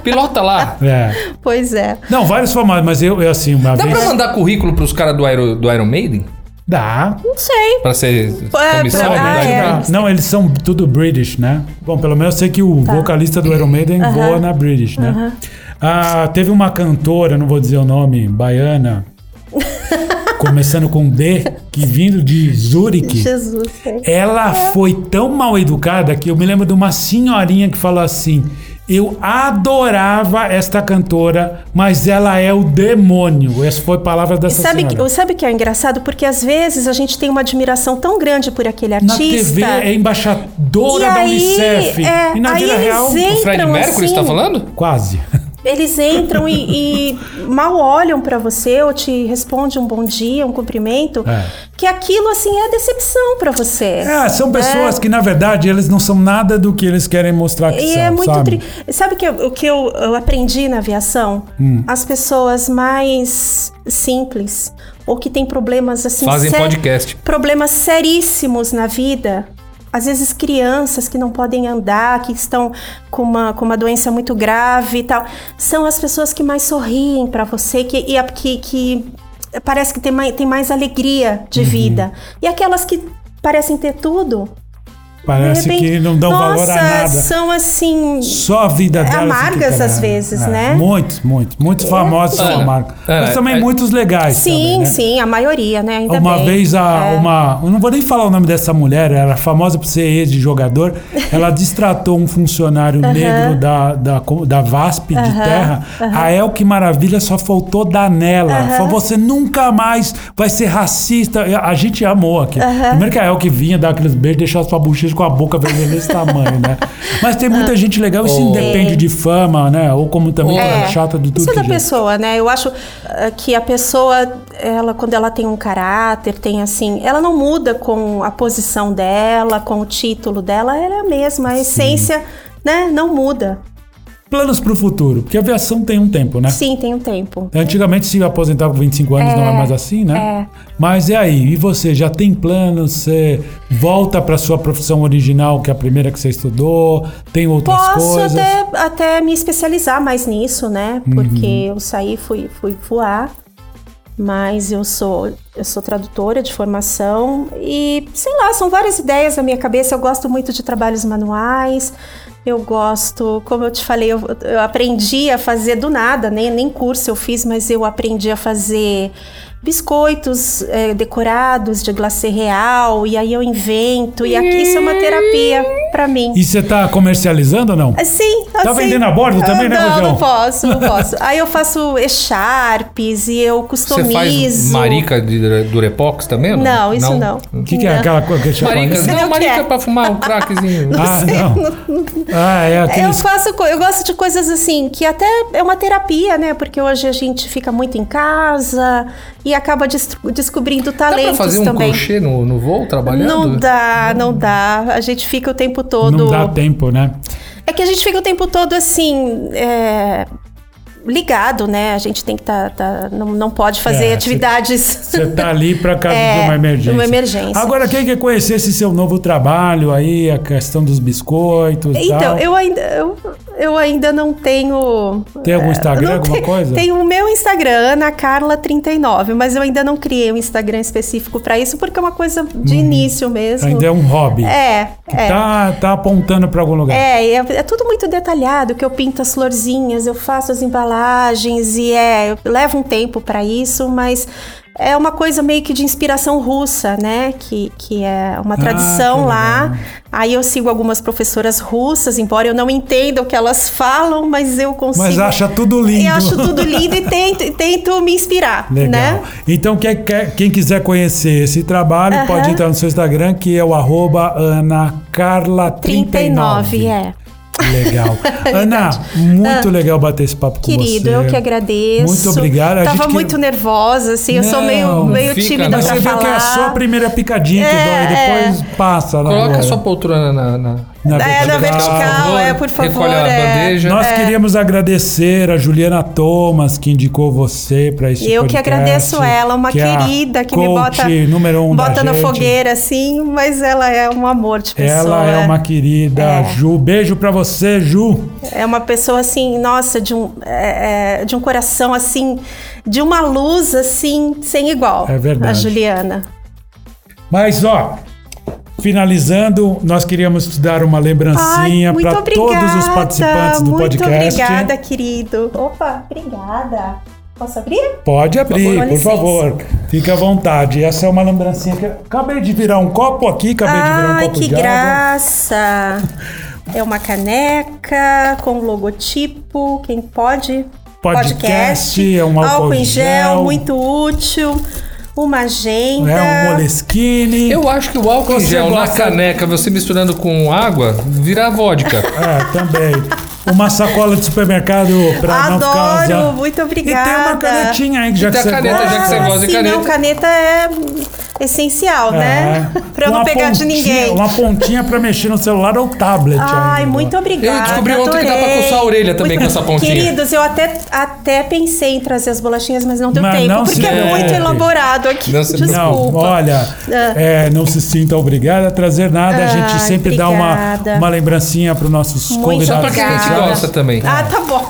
S2: Pilota lá.
S5: É.
S4: Pois é.
S5: Não, vários famosos, mas eu, eu assim, uma
S2: Dá
S5: vez...
S2: pra mandar currículo pros caras do, Iron- do Iron Maiden?
S5: Dá.
S4: Não sei.
S2: Pra ser
S4: pra-
S2: comissão?
S4: ah,
S2: do Iron
S4: é.
S2: Maiden?
S5: Não, né? não, eles são tudo British, né? Bom, pelo menos eu sei que o
S4: Tá.
S5: vocalista do Iron Maiden voa na British, né? Ah, teve uma cantora, não vou dizer o nome, baiana, começando com D, que vindo de Zurique.
S4: Jesus. sei.
S5: Ela foi tão mal educada que eu me lembro de uma senhorinha que falou assim: Eu adorava esta cantora, mas ela é o demônio. Essa foi a palavra
S4: E
S5: dessa
S4: sabe,
S5: senhora.
S4: que- sabe que é engraçado? Porque às vezes a gente tem uma admiração tão grande por aquele
S5: Na
S4: artista.
S5: TV é embaixadora
S4: e
S5: da
S4: aí,
S5: Unicef.
S4: é,
S5: e na
S4: aí
S5: vida
S4: eles
S5: real,
S2: O Fred
S4: entram
S2: Mercury,
S4: assim,
S2: você tá falando?
S5: quase.
S4: Eles entram e, e mal olham pra você, ou te respondem um bom dia, um cumprimento,
S5: É.
S4: que aquilo assim é decepção pra você.
S5: É, são pessoas que, na verdade, eles não são nada do que eles querem mostrar que
S4: E
S5: são.
S4: é muito
S5: sabe?
S4: triste. Sabe que eu- o que eu, eu aprendi na aviação?
S5: Hum.
S4: As pessoas mais simples ou que têm problemas assim
S2: Fazem
S4: sé-
S2: podcast.
S4: problemas seríssimos na vida. Às vezes crianças que não podem andar, que estão com uma, com uma doença muito grave e tal, são as pessoas que mais sorriem pra você que, e a- que, que parece que tem mais, tem mais alegria de
S5: Uhum.
S4: vida. E aquelas que parecem ter tudo,
S5: Parece
S4: de repente,
S5: que não dão valor a
S4: nossa,
S5: nada.
S4: são assim.
S5: Só a vida dela.
S4: amargas às vezes,
S5: é,
S4: né?
S5: Muitos, muitos. Muitos famosos
S2: É.
S5: são amargos.
S2: É,
S5: Mas também
S2: é.
S5: muitos legais.
S4: Sim,
S5: também, né?
S4: sim, a maioria, né? Ainda
S5: uma
S4: bem.
S5: vez a,
S4: É.
S5: uma. Eu não vou nem falar o nome dessa mulher, ela era famosa por ser ex-jogador. Ela destratou um funcionário negro da, da, co- da VASP de terra. A El que Maravilha só faltou dar nela. Falou: você nunca mais vai ser racista. E A gente amou aqui. Primeiro que a El que vinha dar aqueles beijos, deixar sua bochecha com a boca vermelha desse tamanho, né? Mas tem muita gente legal, isso depende de fama, né? Ou como também
S4: É.
S5: é. chata de tudo.
S4: Isso é
S5: que
S4: da
S5: jeito.
S4: pessoa, né? Eu acho eh, que a pessoa, ela, quando ela tem um caráter, tem assim, ela não muda com a posição dela, com o título dela, ela é a mesma, a essência, né? Não muda.
S5: Planos pro futuro, porque a aviação tem um tempo, né?
S4: Sim, tem um tempo.
S5: Antigamente se aposentava com 25 anos, não é mais assim, né? Mas é aí, e você já tem planos? Você volta para sua profissão original, que é a primeira que você estudou? Tem outras
S4: Posso
S5: coisas? Uhum.
S4: até, até me especializar mais nisso, né? Porque eu saí, fui, fui voar, mas eu sou eu sou tradutora de formação e sei lá, são várias ideias na minha cabeça. Eu gosto muito de trabalhos manuais. Eu gosto, como eu te falei, eu, eu aprendi a fazer do nada, nem, nem curso eu fiz, mas eu aprendi a fazer biscoitos eh, decorados de glacê real, e aí eu invento, e aqui isso é uma terapia pra mim.
S5: E você tá comercializando ou não?
S4: Ah, Sim,
S5: Tá
S4: um assim.
S5: vendendo a bordo também,
S4: Ah,
S5: né,
S4: Não,
S5: Rojão?
S4: não posso, não posso. Aí eu faço echarpes e eu
S2: Você
S4: customizo.
S2: faz marica de durepox também? ou
S4: Não, isso não. é.
S5: O que, que é aquela coisa que chama?
S2: Marica,
S4: Você
S2: não,
S4: não
S2: marica
S4: quer.
S2: pra fumar um crackzinho.
S5: Ah, não. Ah, é
S4: Eu
S5: aqueles...
S4: faço, co- eu gosto de coisas assim, que até é uma terapia, né? Porque hoje a gente fica muito em casa e acaba des- descobrindo
S2: Dá pra
S4: talentos
S2: fazer um
S4: também.
S2: crochê no, no voo, trabalhando?
S4: Não dá, não dá. A gente fica o tempo todo.
S5: Não dá tempo, né?
S4: É que a gente fica o tempo todo assim. é, Ligado, né? A gente tem que estar. não, não pode fazer
S5: É,
S4: atividades.
S5: Você tá ali para caso
S4: É,
S5: de uma emergência.
S4: de uma emergência.
S5: Agora, quem quer conhecer esse seu novo trabalho aí, a questão dos biscoitos e
S4: Então,
S5: tal?
S4: eu ainda, eu, eu ainda não tenho.
S5: Tem algum
S4: eh,
S5: Instagram,
S4: não
S5: alguma
S4: tem-
S5: coisa?
S4: Tem o meu Instagram, Ana Carla39, mas eu ainda não criei um Instagram específico pra isso, porque é uma coisa de início mesmo.
S5: Uhum. Ainda é um hobby.
S4: É, é.
S5: Tá, tá apontando para algum lugar.
S4: É, e é, é tudo muito detalhado, que eu pinto as florzinhas, eu faço as embalagens e é, eu- leva um tempo pra isso, mas é uma coisa meio que de inspiração russa, né? Que, que é uma tradição
S5: Ah, que
S4: lá. Aí eu sigo algumas professoras russas, embora eu não entenda o que elas falam, mas eu consigo.
S5: Mas acha tudo lindo.
S4: Eu acho tudo lindo e tento, e tento me inspirar,
S5: Legal.
S4: né?
S5: Então, quem, quer- quem quiser conhecer esse trabalho,
S4: Aham.
S5: pode entrar no seu Instagram, que é o arroba anacarla39.
S4: 39, é. Ah,
S5: Legal. Ana, muito legal bater esse papo com você.
S4: Querido, eu que agradeço.
S5: Muito obrigado. A
S4: Tava
S5: gente que-
S4: muito nervosa, assim, eu sou
S5: Não,
S4: meio, meio
S2: fica,
S4: tímida
S2: não.
S5: Mas
S4: pra
S5: você viu
S4: falar.
S5: que é só a primeira picadinha que
S4: É,
S5: dói, depois passa lá.
S2: Coloca
S5: no-
S2: a sua poltrona na. na...
S5: na
S4: É, na
S5: vertical.
S4: vertical, é, por favor.
S2: Recolhe a
S4: é.
S2: bandeja.
S5: Nós queríamos agradecer a Juliana Thomas, que indicou você para esse
S4: Eu que
S5: podcast,
S4: agradeço ela, uma
S5: é a
S4: querida que me
S5: coach
S4: bota,
S5: número um da
S4: bota na
S5: gente.
S4: fogueira, assim, mas ela é um amor de pessoa.
S5: Ela é uma querida,
S4: É.
S5: Ju. Beijo pra você, Ju.
S4: É uma pessoa assim, nossa, de um, é, é, de um coração assim, de uma luz assim, sem igual.
S5: É verdade.
S4: A Juliana.
S5: Mas ó, finalizando, nós queríamos te dar uma lembrancinha
S4: muito
S5: para Assim, é todos os participantes do
S4: muito
S5: podcast.
S4: Obrigada, querido. Opa, obrigada. Posso abrir?
S5: Pode abrir,
S4: Com
S5: por
S4: licença.
S5: favor. Fica à vontade. Essa é uma lembrancinha que eu acabei de virar um copo aqui, acabei de virar um
S4: Ai,
S5: copo
S4: que
S5: de água.
S4: graça! É uma caneca com logotipo, quem pode?
S5: Podcast, é um álcool
S4: álcool
S5: em
S4: em gel,
S5: gel.
S4: muito útil, uma agenda.
S5: É um moleskine.
S2: Eu acho que o álcool em
S5: Você
S2: gel na
S5: gosta-
S2: caneca, você misturando com água, vira vodka.
S5: É, também. Uma sacola de supermercado pra não ficar...
S4: Adoro,
S5: azar.
S4: muito
S5: E tem uma
S4: obrigada.
S5: canetinha aí, que já
S2: E
S5: que
S2: tem
S5: você
S2: a caneta,
S5: gosta.
S2: já que você gosta. de
S4: Ah, sim,
S2: caneta.
S4: não, caneta é essencial, né?
S5: É.
S4: Pra eu
S5: Uma
S4: não pegar de
S5: pontinha-
S4: ninguém.
S5: Uma pontinha pra mexer no celular ou tablet.
S4: Ai,
S5: ainda.
S4: muito obrigada.
S2: Eu descobri ontem que dá pra
S4: adorei.
S2: coçar a orelha também com essa pontinha.
S4: Queridos, eu até, até pensei em trazer as bolachinhas, mas não deu
S5: Mas
S4: tempo,
S5: não se
S4: porque é muito
S5: preocupe.
S4: elaborado aqui.
S2: Não se preocupe.
S5: Não,
S4: Desculpa.
S5: olha,
S4: Ah.
S5: é, não se sinta obrigada a trazer nada. a gente
S4: Ai,
S5: sempre dá uma,
S4: obrigada.
S5: uma lembrancinha para os nossos
S4: muito
S5: convidados
S2: pra quem
S4: obrigada.
S5: especiais.
S2: gosta também.
S4: Ah, tá bom.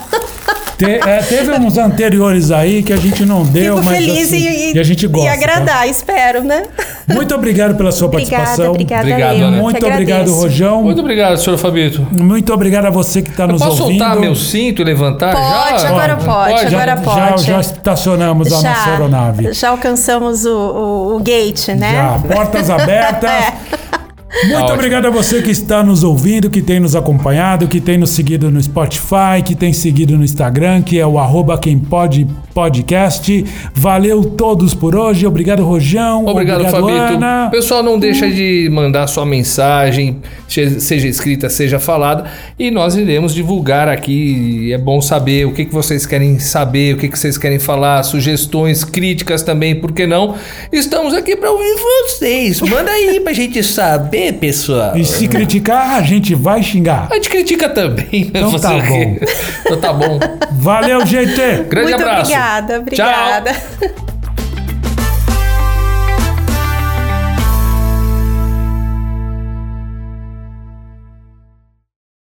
S5: Te- é, teve uns anteriores aí que a gente não deu,
S4: Fico
S5: mas
S4: feliz
S5: assim,
S4: e,
S5: e a gente gosta.
S4: e agradar, espero, né?
S5: tá? Muito obrigado pela sua
S4: Obrigada,
S5: participação.
S4: obrigada.
S2: Obrigado,
S4: eu
S2: Ana.
S4: que
S5: Muito obrigado,
S4: agradeço.
S5: Rojão.
S2: Muito obrigado, senhor Fabito.
S5: Muito obrigado a você que está nos
S2: Posso
S5: ouvindo.
S2: soltar meu cinto e levantar
S4: Pode,
S2: já?
S4: agora pode,
S2: já?
S4: agora
S5: já,
S4: pode.
S5: já estacionamos a nossa aeronave.
S4: já alcançamos o, o- o gate, né? É.
S5: Já, portas abertas. Muito
S2: Tá ótimo.
S5: obrigado a você que está nos ouvindo, que tem nos acompanhado, que tem nos seguido no Spotify, que tem seguido no Instagram, que é o arroba quem pode podcast. Valeu todos por hoje. Obrigado, Rojão.
S2: Obrigado, Fabito.
S5: Ana. Hum.
S2: Pessoal, não deixa de mandar sua mensagem, che- seja escrita, seja falada, e nós iremos divulgar aqui. É bom saber o que, que vocês querem saber, o que, que vocês querem falar, sugestões, críticas também, por que não? Estamos aqui para ouvir vocês. Manda aí pra gente saber, pessoal.
S5: E se criticar, a gente vai xingar.
S2: A gente critica também. né?
S5: Então
S2: Você-
S5: tá bom.
S2: então tá bom.
S5: Valeu, gente!
S2: Grande
S4: Muito
S2: abraço.
S4: obrigada,
S2: Tchau.
S4: obrigada.